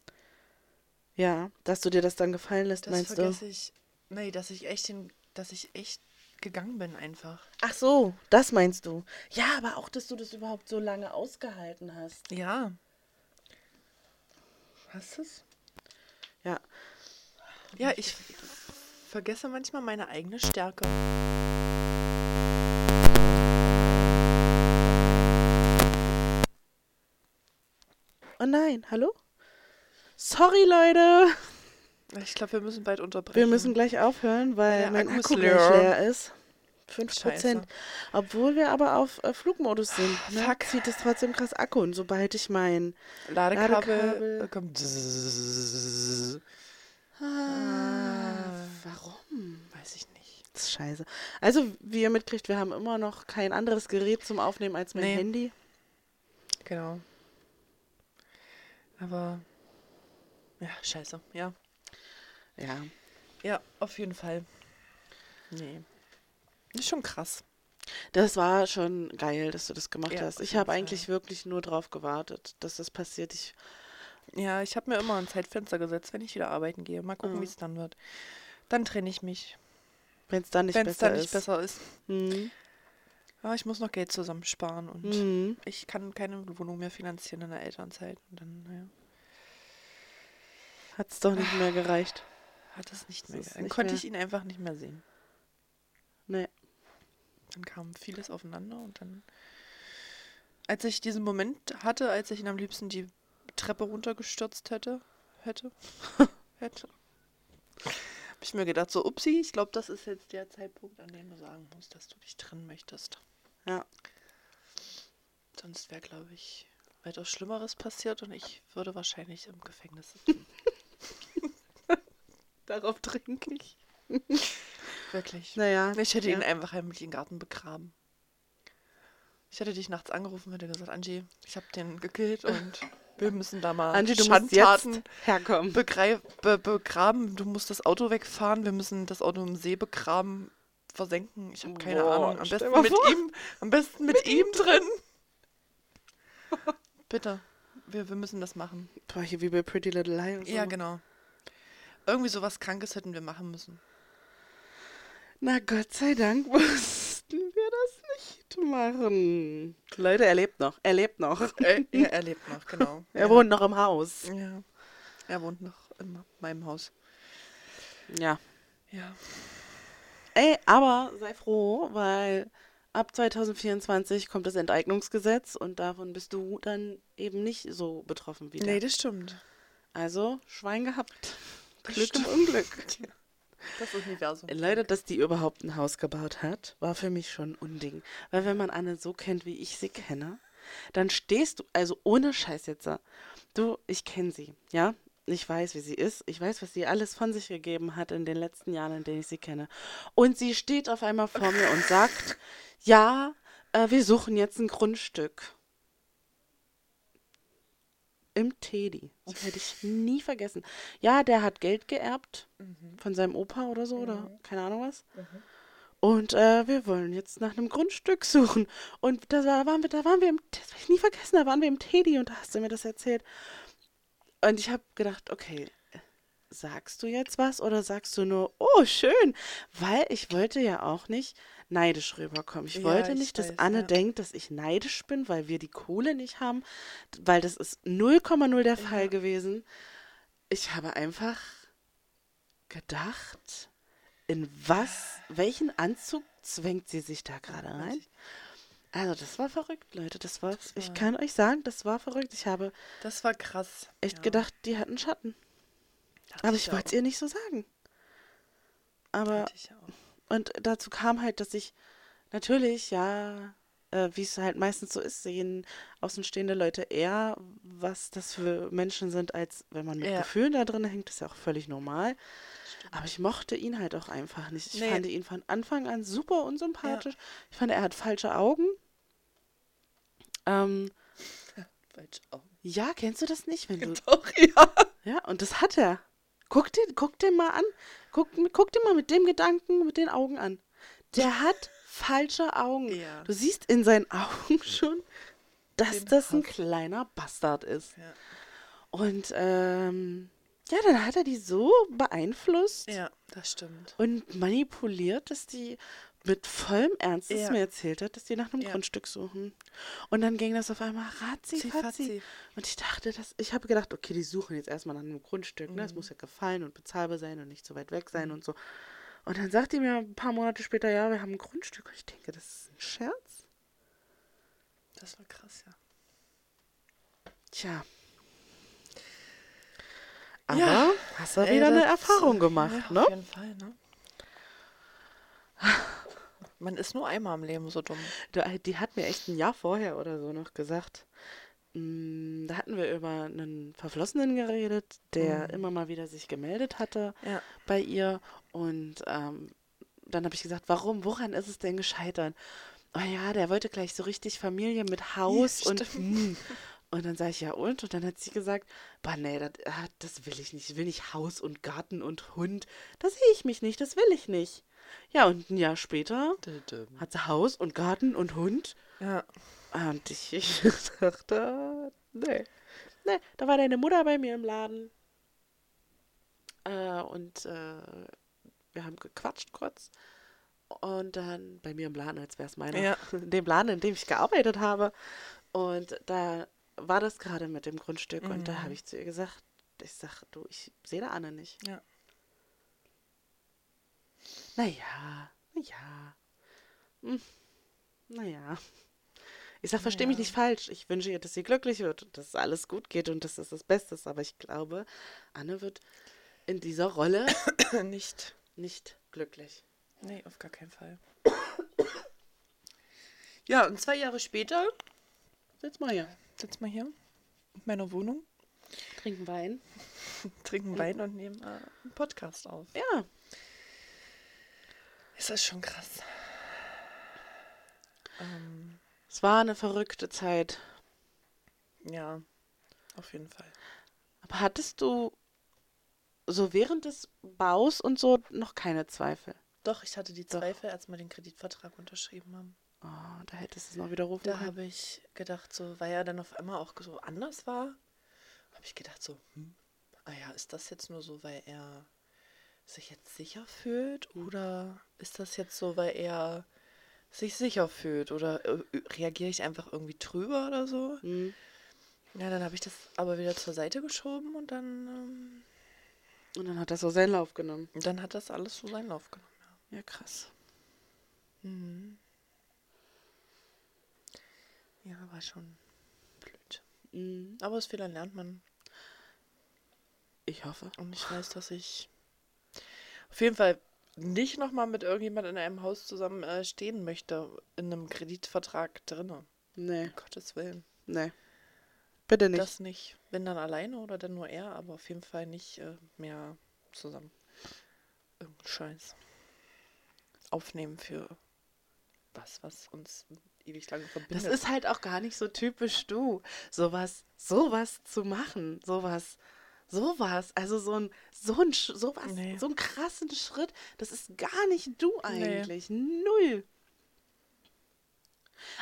[SPEAKER 1] Ja. Dass du dir das dann gefallen lässt,
[SPEAKER 2] Das
[SPEAKER 1] meinst du?
[SPEAKER 2] vergesse ich. Nee, dass ich echt den, dass ich echt gegangen bin einfach.
[SPEAKER 1] Ach so, das meinst du. Ja, aber auch, dass du das überhaupt so lange ausgehalten hast.
[SPEAKER 2] Ja. Hast du's?
[SPEAKER 1] Ja.
[SPEAKER 2] Ja, ich vergesse manchmal meine eigene Stärke.
[SPEAKER 1] Oh nein, hallo? Sorry, Leute.
[SPEAKER 2] Ich glaube, wir müssen bald unterbrechen.
[SPEAKER 1] Wir müssen gleich aufhören, weil
[SPEAKER 2] Der
[SPEAKER 1] mein
[SPEAKER 2] Akku ist
[SPEAKER 1] Akku gleich
[SPEAKER 2] leer.
[SPEAKER 1] leer ist. 5%.
[SPEAKER 2] Scheiße.
[SPEAKER 1] Obwohl wir aber auf äh, Flugmodus sind. Ne?
[SPEAKER 2] Ah, Fuck.
[SPEAKER 1] Zieht es trotzdem krass Akku. Und sobald ich mein.
[SPEAKER 2] Ladekabel.
[SPEAKER 1] Ladekabel.
[SPEAKER 2] äh, Kommt. Äh.
[SPEAKER 1] Warum?
[SPEAKER 2] Weiß ich nicht.
[SPEAKER 1] Das ist scheiße. Also, wie ihr mitkriegt, wir haben immer noch kein anderes Gerät zum Aufnehmen als mein
[SPEAKER 2] Nee.
[SPEAKER 1] Handy.
[SPEAKER 2] Genau. Aber. Ja, scheiße. Ja.
[SPEAKER 1] Ja.
[SPEAKER 2] Ja, auf jeden Fall. Nee. Ist schon krass.
[SPEAKER 1] Das war schon geil, dass du das gemacht
[SPEAKER 2] Ja,
[SPEAKER 1] hast.
[SPEAKER 2] auf
[SPEAKER 1] Ich
[SPEAKER 2] jeden
[SPEAKER 1] habe
[SPEAKER 2] Fall.
[SPEAKER 1] eigentlich wirklich nur drauf gewartet, dass das passiert. Ich,
[SPEAKER 2] Ja, ich habe mir immer ein Zeitfenster gesetzt, wenn ich wieder arbeiten gehe. Mal gucken,
[SPEAKER 1] Mhm.
[SPEAKER 2] wie es dann wird. Dann trenne ich mich.
[SPEAKER 1] wenn es dann nicht
[SPEAKER 2] Wenn es
[SPEAKER 1] besser
[SPEAKER 2] dann nicht
[SPEAKER 1] ist.
[SPEAKER 2] besser ist.
[SPEAKER 1] Mhm.
[SPEAKER 2] Ja, ich muss noch Geld zusammensparen und
[SPEAKER 1] Mhm.
[SPEAKER 2] ich kann keine Wohnung mehr finanzieren in der Elternzeit. Und dann naja,
[SPEAKER 1] Hat es doch nicht mehr gereicht.
[SPEAKER 2] hat es nicht
[SPEAKER 1] Das
[SPEAKER 2] mehr.
[SPEAKER 1] ist
[SPEAKER 2] ge- Dann
[SPEAKER 1] nicht
[SPEAKER 2] konnte
[SPEAKER 1] mehr-
[SPEAKER 2] ich ihn einfach nicht mehr sehen.
[SPEAKER 1] Nee.
[SPEAKER 2] Dann kam vieles aufeinander und dann, als ich diesen Moment hatte, als ich ihn am liebsten die Treppe runtergestürzt hätte, hätte, <laughs> hätte, habe ich mir gedacht, so, upsi, ich glaube, das ist jetzt der Zeitpunkt, an dem du sagen musst, dass du dich trennen möchtest.
[SPEAKER 1] Ja.
[SPEAKER 2] Sonst wäre, glaube ich, weitaus Schlimmeres passiert und ich würde wahrscheinlich im
[SPEAKER 1] <laughs>
[SPEAKER 2] Gefängnis sitzen. Darauf trinke ich. Wirklich.
[SPEAKER 1] Naja.
[SPEAKER 2] Ich hätte
[SPEAKER 1] ja.
[SPEAKER 2] ihn einfach heimlich in den Garten begraben. Ich hätte dich nachts angerufen, hätte gesagt, Angie, ich habe den gekillt und
[SPEAKER 1] <laughs>
[SPEAKER 2] wir müssen da mal
[SPEAKER 1] Angie, du musst
[SPEAKER 2] Schandtaten
[SPEAKER 1] jetzt herkommen.
[SPEAKER 2] begrei- be begraben. Du musst das Auto wegfahren, wir müssen das Auto im See begraben, versenken. Ich habe keine
[SPEAKER 1] Boah,
[SPEAKER 2] Ahnung. Am
[SPEAKER 1] stell
[SPEAKER 2] besten
[SPEAKER 1] mal
[SPEAKER 2] mit
[SPEAKER 1] vor.
[SPEAKER 2] ihm, am besten mit, ihm drin. Bitte, wir, wir müssen das machen.
[SPEAKER 1] Boah, hier wie bei Pretty Little Liars.
[SPEAKER 2] Ja, genau. Irgendwie sowas Krankes hätten wir
[SPEAKER 1] <laughs>
[SPEAKER 2] machen müssen.
[SPEAKER 1] Na Gott sei Dank <laughs> mussten wir das nicht machen. Leute, er lebt noch. Er lebt noch.
[SPEAKER 2] <laughs> Er, Äh, er, er lebt noch, genau.
[SPEAKER 1] Er
[SPEAKER 2] Ja.
[SPEAKER 1] wohnt noch im Haus.
[SPEAKER 2] Ja. Er wohnt noch in meinem Haus.
[SPEAKER 1] Ja.
[SPEAKER 2] Ja.
[SPEAKER 1] Ey, aber sei froh, weil ab 2024 kommt das Enteignungsgesetz und davon bist du dann eben nicht so betroffen wieder.
[SPEAKER 2] Nee, das stimmt.
[SPEAKER 1] Also, Schwein gehabt.
[SPEAKER 2] Das
[SPEAKER 1] Glück im
[SPEAKER 2] stimmt. <laughs>
[SPEAKER 1] Unglück.
[SPEAKER 2] Das Universum.
[SPEAKER 1] Leider, dass die überhaupt ein Haus gebaut hat, war für mich schon ein Unding. Weil wenn man Anne so kennt, wie ich sie kenne, dann stehst du, also ohne Scheiß jetzt, du, ich kenne sie, ja? Ich weiß, wie sie ist. Ich weiß, was sie alles von sich gegeben hat in den letzten Jahren, in denen ich sie kenne. Und sie steht auf einmal vor mir und sagt, ja, äh, wir suchen jetzt ein Grundstück. Im Teddy. Das hätte ich nie vergessen. Ja, der hat Geld geerbt von seinem Opa oder so oder keine Ahnung was. Und äh, wir wollen jetzt nach einem Grundstück suchen. Und da sa- waren wir, da waren wir im, das werde ich nie vergessen, da waren wir im Teddy und da hast du mir das erzählt. Und ich habe gedacht, okay, sagst du jetzt was oder sagst du nur, oh, schön? Weil ich wollte ja auch nicht neidisch rüberkommen. Ich
[SPEAKER 2] Ja,
[SPEAKER 1] wollte
[SPEAKER 2] ich
[SPEAKER 1] nicht,
[SPEAKER 2] weiß,
[SPEAKER 1] dass Anne
[SPEAKER 2] ja.
[SPEAKER 1] denkt, dass ich neidisch bin, weil wir die Kohle nicht haben, weil das ist 0,0 der Fall gewesen. Ich habe einfach gedacht, in was, welchen Anzug zwängt sie sich da gerade rein? Also das war verrückt, Leute. Das war, ich kann euch sagen, das war verrückt. Ich habe
[SPEAKER 2] Das war krass.
[SPEAKER 1] echt
[SPEAKER 2] Ja,
[SPEAKER 1] gedacht, die hatten Schatten.
[SPEAKER 2] dachte
[SPEAKER 1] Aber ich
[SPEAKER 2] ja
[SPEAKER 1] wollte es ihr nicht so sagen.
[SPEAKER 2] auch.
[SPEAKER 1] Aber
[SPEAKER 2] Dachte ich ja auch.
[SPEAKER 1] und dazu kam halt, dass ich natürlich, ja, äh, wie es halt meistens so ist, sehen außenstehende Leute eher, was das für Menschen sind, als wenn man mit
[SPEAKER 2] Ja.
[SPEAKER 1] Gefühlen da drin hängt, ist ja auch völlig normal. Aber ich mochte ihn halt auch einfach nicht. Ich
[SPEAKER 2] Nee.
[SPEAKER 1] fand ihn von Anfang an super unsympathisch. Ich fand, er hat falsche Augen. Ähm,
[SPEAKER 2] Falsch auch.
[SPEAKER 1] ja, kennst du das nicht, wenn du
[SPEAKER 2] <laughs> Doch, ja.
[SPEAKER 1] ja, und das hat er. Guck dir, guck dir mal an. Guck, guck dir mal mit dem Gedanken, mit den Augen an.
[SPEAKER 2] <laughs>
[SPEAKER 1] Der hat falsche Augen.
[SPEAKER 2] Ja.
[SPEAKER 1] Du siehst in seinen Augen <laughs> schon, dass
[SPEAKER 2] Den
[SPEAKER 1] das ein
[SPEAKER 2] Hass.
[SPEAKER 1] kleiner Bastard ist.
[SPEAKER 2] Ja.
[SPEAKER 1] Und ähm, ja, dann hat er die so beeinflusst
[SPEAKER 2] Ja, das stimmt.
[SPEAKER 1] und manipuliert, dass die mit vollem Ernst es
[SPEAKER 2] Ja.
[SPEAKER 1] mir erzählt hat, dass die nach einem
[SPEAKER 2] Ja.
[SPEAKER 1] Grundstück suchen. Und dann ging das auf einmal ratzi fatzi.
[SPEAKER 2] Fatzi.
[SPEAKER 1] Und ich dachte, dass, ich habe gedacht, okay, die suchen jetzt erstmal nach einem Grundstück. Ne? Es muss ja gefallen und bezahlbar sein und nicht so weit weg sein und so. Und dann sagt die mir ein paar Monate später, ja, wir haben ein Grundstück. Und ich denke, das ist ein Scherz.
[SPEAKER 2] Das war krass, ja.
[SPEAKER 1] Tja. Aber
[SPEAKER 2] Ja. äh,
[SPEAKER 1] hast du wieder eine Erfahrung gemacht,
[SPEAKER 2] Auf
[SPEAKER 1] ne?
[SPEAKER 2] jeden Fall, ne? <laughs> Man ist nur einmal im Leben so dumm.
[SPEAKER 1] Du, Die hat mir echt ein Jahr vorher oder so noch gesagt. mm, Da hatten wir über einen Verflossenen geredet, der immer mal wieder sich gemeldet hatte
[SPEAKER 2] Ja.
[SPEAKER 1] bei ihr. Und ähm, dann habe ich gesagt, warum, woran ist es denn gescheitert? Oh ja, der wollte gleich so richtig Familie mit Haus
[SPEAKER 2] Ja,
[SPEAKER 1] und
[SPEAKER 2] stimmt.
[SPEAKER 1] hm. und dann sage ich ja und und dann hat sie gesagt, bah nee, das, ah, das will ich nicht, ich will nicht Haus und Garten und Hund, da sehe ich mich nicht, das will ich nicht. Ja und ein Jahr später hat sie Haus und Garten und Hund
[SPEAKER 2] Ja.
[SPEAKER 1] und ich, <laughs> ich dachte, nee. Nee, Ne, da war deine Mutter bei mir im Laden. Äh, und äh, wir haben gequatscht kurz. Und dann bei mir im Laden, als wäre es meiner.
[SPEAKER 2] Ja.
[SPEAKER 1] <laughs> In dem Laden, in dem ich gearbeitet habe. Und da war das gerade mit dem Grundstück. Und da habe ich zu ihr gesagt, ich sag, du, ich sehe da Anne nicht.
[SPEAKER 2] Ja.
[SPEAKER 1] Naja, naja. Hm, naja. Ich sag, verstehe mich
[SPEAKER 2] Naja.
[SPEAKER 1] nicht falsch. Ich wünsche ihr, dass sie glücklich wird und dass alles gut geht und dass das das Beste ist. Aber ich glaube, Anne wird in dieser Rolle
[SPEAKER 2] <coughs> Nicht.
[SPEAKER 1] nicht glücklich.
[SPEAKER 2] Nee, auf gar keinen Fall. <coughs> Ja, und zwei Jahre später
[SPEAKER 1] Sitz mal hier.
[SPEAKER 2] sitzen wir hier in meiner Wohnung,
[SPEAKER 1] Trinken Wein.
[SPEAKER 2] trinken Wein und nehmen äh, einen Podcast auf.
[SPEAKER 1] Ja.
[SPEAKER 2] Ist das schon krass? Ähm,
[SPEAKER 1] Es war eine verrückte Zeit.
[SPEAKER 2] ja, auf jeden Fall.
[SPEAKER 1] Aber hattest du so während des Baus und so noch keine Zweifel?
[SPEAKER 2] Doch, ich hatte die Zweifel, als wir den Kreditvertrag unterschrieben haben.
[SPEAKER 1] Oh, da hättest du es noch widerrufen
[SPEAKER 2] Da
[SPEAKER 1] können.
[SPEAKER 2] habe ich gedacht, so, weil er dann auf einmal auch so anders war, habe ich gedacht, so, hm, ah ja, ist das jetzt nur so, weil er sich jetzt sicher fühlt? Oder ist das jetzt so, weil er sich sicher fühlt? Oder äh, reagiere ich einfach irgendwie drüber oder so?
[SPEAKER 1] Hm.
[SPEAKER 2] Ja, dann habe ich das aber wieder zur Seite geschoben und dann, ähm,
[SPEAKER 1] Und dann hat das so seinen Lauf genommen.
[SPEAKER 2] dann hat das alles so seinen Lauf genommen. Ja.
[SPEAKER 1] Ja, krass.
[SPEAKER 2] Mhm. Ja, war schon blöd.
[SPEAKER 1] Mhm.
[SPEAKER 2] Aber aus Fehlern lernt man.
[SPEAKER 1] Ich hoffe.
[SPEAKER 2] Und ich weiß, dass ich auf jeden Fall nicht nochmal mit irgendjemand in einem Haus zusammen äh, stehen möchte, in einem Kreditvertrag drinne.
[SPEAKER 1] Nee,
[SPEAKER 2] Um Gottes Willen.
[SPEAKER 1] nee. Bitte nicht.
[SPEAKER 2] Das nicht. Wenn dann alleine oder dann nur er, aber auf jeden Fall nicht äh, mehr zusammen. Irgendeinen Scheiß. Aufnehmen für was, was uns ewig lange
[SPEAKER 1] Das
[SPEAKER 2] verbindet.
[SPEAKER 1] ist halt auch gar nicht so typisch du, sowas, sowas zu machen, sowas, sowas, also so ein, so ein, Sch- sowas,
[SPEAKER 2] Nee.
[SPEAKER 1] so einen krassen Schritt, das ist gar nicht du eigentlich, null.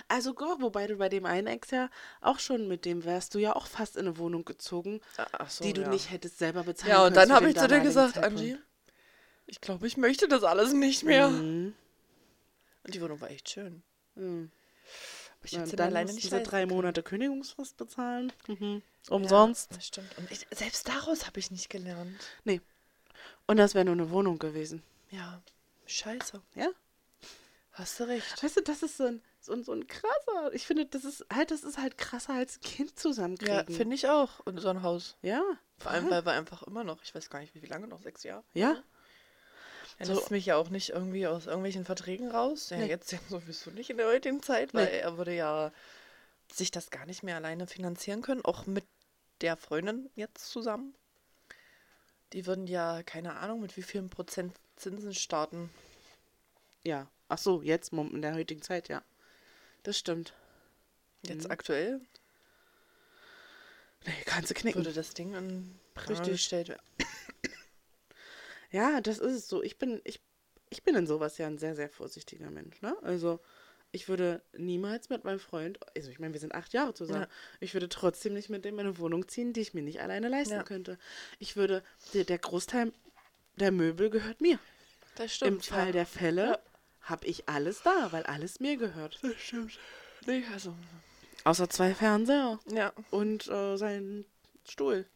[SPEAKER 1] Also, go, wobei du bei dem einen Ex ja auch schon mit dem wärst du ja auch fast in eine Wohnung gezogen,
[SPEAKER 2] Ach so,
[SPEAKER 1] äh, die du
[SPEAKER 2] ja.
[SPEAKER 1] nicht hättest selber bezahlen
[SPEAKER 2] Ja, und
[SPEAKER 1] können
[SPEAKER 2] dann
[SPEAKER 1] zu
[SPEAKER 2] habe
[SPEAKER 1] dem
[SPEAKER 2] ich zu dir
[SPEAKER 1] damaligen
[SPEAKER 2] gesagt,
[SPEAKER 1] Zeitpunkt.
[SPEAKER 2] Angie, ich glaube, ich möchte das alles nicht mehr.
[SPEAKER 1] Mhm.
[SPEAKER 2] Und die Wohnung war echt schön.
[SPEAKER 1] Mhm.
[SPEAKER 2] Aber
[SPEAKER 1] Ja,
[SPEAKER 2] hätt's
[SPEAKER 1] und
[SPEAKER 2] mir
[SPEAKER 1] dann
[SPEAKER 2] alleine
[SPEAKER 1] musst du
[SPEAKER 2] nicht
[SPEAKER 1] so
[SPEAKER 2] leisten
[SPEAKER 1] drei
[SPEAKER 2] können.
[SPEAKER 1] Monate Kündigungsfrist bezahlen, mhm.
[SPEAKER 2] Ja,
[SPEAKER 1] umsonst.
[SPEAKER 2] das stimmt. Und ich, selbst daraus habe ich nicht gelernt.
[SPEAKER 1] Und das wäre nur eine Wohnung gewesen.
[SPEAKER 2] Ja, scheiße.
[SPEAKER 1] Ja.
[SPEAKER 2] Hast du recht.
[SPEAKER 1] Weißt du, das ist so ein, so ein, so ein krasser. Ich finde, das ist halt, das ist halt krasser als ein Kind
[SPEAKER 2] Ja,
[SPEAKER 1] zusammenkriegen.
[SPEAKER 2] finde ich auch. Und so ein Haus.
[SPEAKER 1] Ja,
[SPEAKER 2] Vor allem, weil wir einfach immer noch, ich weiß gar nicht, wie wie lange noch, sechs Jahre.
[SPEAKER 1] ja.
[SPEAKER 2] Er
[SPEAKER 1] So.
[SPEAKER 2] lässt mich ja auch nicht irgendwie aus irgendwelchen Verträgen raus. Ja,
[SPEAKER 1] Nee.
[SPEAKER 2] jetzt ja sowieso nicht in der heutigen Zeit, weil
[SPEAKER 1] Nee.
[SPEAKER 2] er würde ja sich das gar nicht mehr alleine finanzieren können, auch mit der Freundin jetzt zusammen. Die würden ja, keine Ahnung, mit wie vielen Prozent Zinsen starten.
[SPEAKER 1] Ja. Ach so, jetzt mom- in der heutigen Zeit, ja. Das stimmt.
[SPEAKER 2] Jetzt
[SPEAKER 1] Mhm.
[SPEAKER 2] aktuell
[SPEAKER 1] Nee, kannst du knicken.
[SPEAKER 2] würde das Ding in
[SPEAKER 1] Richtig.
[SPEAKER 2] Richtig gestellt werden.
[SPEAKER 1] Ja, das ist es so. Ich bin, ich, ich bin in sowas ja ein sehr, sehr vorsichtiger Mensch, ne? Also, ich würde niemals mit meinem Freund, also ich meine, wir sind acht Jahre zusammen,
[SPEAKER 2] Ja.
[SPEAKER 1] ich würde trotzdem nicht mit dem in eine Wohnung ziehen, die ich mir nicht alleine leisten
[SPEAKER 2] Ja.
[SPEAKER 1] könnte. Ich würde, der, der Großteil der Möbel gehört mir.
[SPEAKER 2] Das
[SPEAKER 1] Im Fall der Fälle habe ich alles da, weil alles mir gehört.
[SPEAKER 2] Das stimmt. Nee, also.
[SPEAKER 1] Außer zwei Fernseher
[SPEAKER 2] Ja.
[SPEAKER 1] und äh, seinen Stuhl.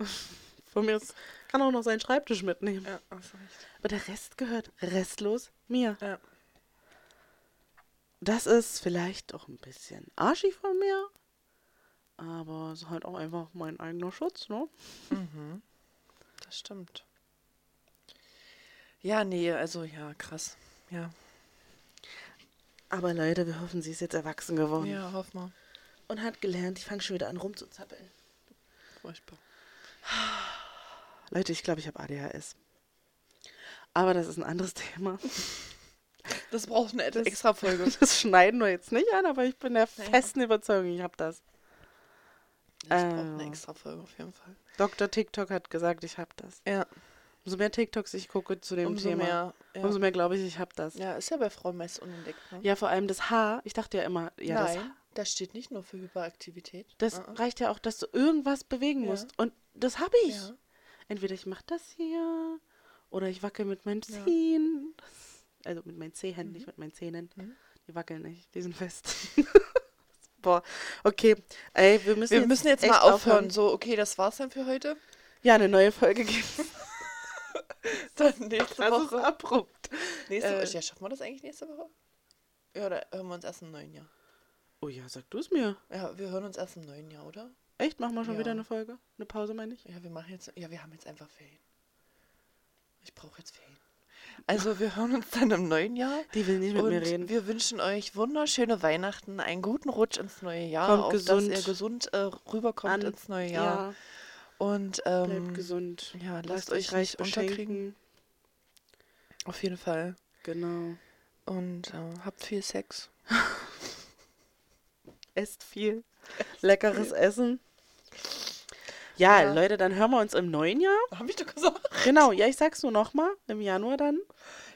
[SPEAKER 1] <laughs> Von mir aus kann auch noch seinen Schreibtisch mitnehmen.
[SPEAKER 2] Ja, hast du recht.
[SPEAKER 1] Aber der Rest gehört restlos mir.
[SPEAKER 2] Ja.
[SPEAKER 1] Das ist vielleicht auch ein bisschen arschig von mir, aber es ist halt auch einfach mein eigener Schutz, ne?
[SPEAKER 2] Das stimmt. Ja, nee, also ja, krass. Ja,
[SPEAKER 1] Aber Leute, wir hoffen, sie ist jetzt erwachsen geworden
[SPEAKER 2] ja hoff mal.
[SPEAKER 1] und hat gelernt, ich fange schon wieder an rumzuzappeln.
[SPEAKER 2] Furchtbar.
[SPEAKER 1] Leute, ich glaube, ich habe ADHS. Aber das ist ein anderes Thema.
[SPEAKER 2] Das braucht eine
[SPEAKER 1] Das-
[SPEAKER 2] extra <laughs> Folge.
[SPEAKER 1] <laughs> Das schneiden wir jetzt nicht an, aber ich bin der
[SPEAKER 2] Naja.
[SPEAKER 1] festen Überzeugung, ich habe das.
[SPEAKER 2] Das braucht eine
[SPEAKER 1] Ah.
[SPEAKER 2] extra Folge auf jeden Fall.
[SPEAKER 1] Dr. TikTok hat gesagt, ich habe das.
[SPEAKER 2] Ja,
[SPEAKER 1] Umso mehr TikToks ich gucke zu dem
[SPEAKER 2] umso
[SPEAKER 1] Thema,
[SPEAKER 2] mehr. Ja.
[SPEAKER 1] umso mehr glaube ich, ich habe das. Ja.
[SPEAKER 2] ja, ist ja bei Frauen meist unentdeckt. Ne?
[SPEAKER 1] vor allem das Haar. Ich dachte ja immer, ja, das
[SPEAKER 2] Nein, das steht nicht nur für Hyperaktivität.
[SPEAKER 1] Das
[SPEAKER 2] Ah, ah.
[SPEAKER 1] reicht ja auch, dass du irgendwas bewegen
[SPEAKER 2] Ja.
[SPEAKER 1] musst. Und das habe ich.
[SPEAKER 2] Ja.
[SPEAKER 1] Entweder ich mache das hier oder ich wackel mit meinen
[SPEAKER 2] Ja.
[SPEAKER 1] Zehen. Also mit meinen Zehen, nicht mit meinen Zähnen.
[SPEAKER 2] Mhm.
[SPEAKER 1] Die wackeln nicht, die sind fest. <laughs> Boah, okay. Ey, wir müssen
[SPEAKER 2] Wir müssen jetzt mal
[SPEAKER 1] echt
[SPEAKER 2] aufhören. So, okay, das war's dann für heute.
[SPEAKER 1] Ja, eine neue Folge
[SPEAKER 2] <laughs>
[SPEAKER 1] gibt's.
[SPEAKER 2] Dann nächste
[SPEAKER 1] Das ist
[SPEAKER 2] Woche.
[SPEAKER 1] abrupt.
[SPEAKER 2] Nächste
[SPEAKER 1] äh,
[SPEAKER 2] Woche. Ja, schaffen wir das eigentlich nächste Woche? Ja, oder hören wir uns erst im neuen Jahr?
[SPEAKER 1] Oh ja, sag du es mir.
[SPEAKER 2] Ja, wir hören uns erst im neuen Jahr, oder?
[SPEAKER 1] Echt, machen wir schon
[SPEAKER 2] Ja.
[SPEAKER 1] wieder eine Folge? Eine Pause, meine ich?
[SPEAKER 2] Ja, wir machen jetzt. Ja, wir haben jetzt einfach Ferien. Ich brauche jetzt Ferien. Also, wir hören uns dann im neuen Jahr.
[SPEAKER 1] Die will nicht mit
[SPEAKER 2] Und
[SPEAKER 1] mir reden.
[SPEAKER 2] wir wünschen euch wunderschöne Weihnachten, einen guten Rutsch ins neue Jahr,
[SPEAKER 1] Kommt
[SPEAKER 2] auf
[SPEAKER 1] gesund
[SPEAKER 2] dass ihr gesund äh, rüberkommt
[SPEAKER 1] an.
[SPEAKER 2] ins neue Jahr. Und ähm,
[SPEAKER 1] bleibt gesund.
[SPEAKER 2] ja, lasst euch nicht
[SPEAKER 1] beschenken.
[SPEAKER 2] auf jeden Fall.
[SPEAKER 1] Genau.
[SPEAKER 2] Und äh, habt viel Sex.
[SPEAKER 1] Esst viel. Leckeres Essen. Ja,
[SPEAKER 2] Ja.
[SPEAKER 1] Leute, dann hören wir uns im neuen Jahr.
[SPEAKER 2] Hab ich doch gesagt.
[SPEAKER 1] Genau, ja, ich sag's nur nochmal, im Januar dann.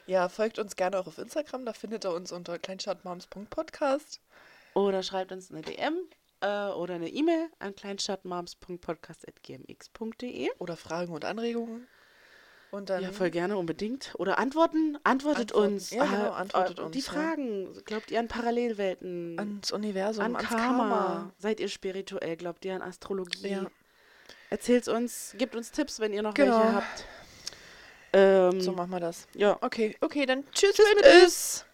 [SPEAKER 2] Ja, folgt uns gerne auch auf Instagram, da findet ihr uns unter kleinstadtmoms.podcast.
[SPEAKER 1] Oder schreibt uns eine DM äh, oder eine E-Mail an kleinstadtmoms.podcast.gmx.de.
[SPEAKER 2] Oder Fragen und Anregungen. Und dann
[SPEAKER 1] e. Ja, voll gerne, unbedingt. Oder Antworten, antwortet
[SPEAKER 2] Antworten.
[SPEAKER 1] uns.
[SPEAKER 2] Ja, genau,
[SPEAKER 1] Ah,
[SPEAKER 2] antwortet
[SPEAKER 1] äh,
[SPEAKER 2] uns,
[SPEAKER 1] Die
[SPEAKER 2] ja.
[SPEAKER 1] Fragen, glaubt ihr an Parallelwelten?
[SPEAKER 2] ans Universum,
[SPEAKER 1] an
[SPEAKER 2] ans
[SPEAKER 1] Karma. Seid ihr spirituell? Glaubt ihr an Astrologie?
[SPEAKER 2] Ja.
[SPEAKER 1] Erzählt's uns, gebt uns Tipps, wenn ihr noch
[SPEAKER 2] Genau.
[SPEAKER 1] welche habt. Ähm,
[SPEAKER 2] So machen wir das.
[SPEAKER 1] ja.
[SPEAKER 2] Okay, okay, dann tschüss mit
[SPEAKER 1] mit
[SPEAKER 2] Is.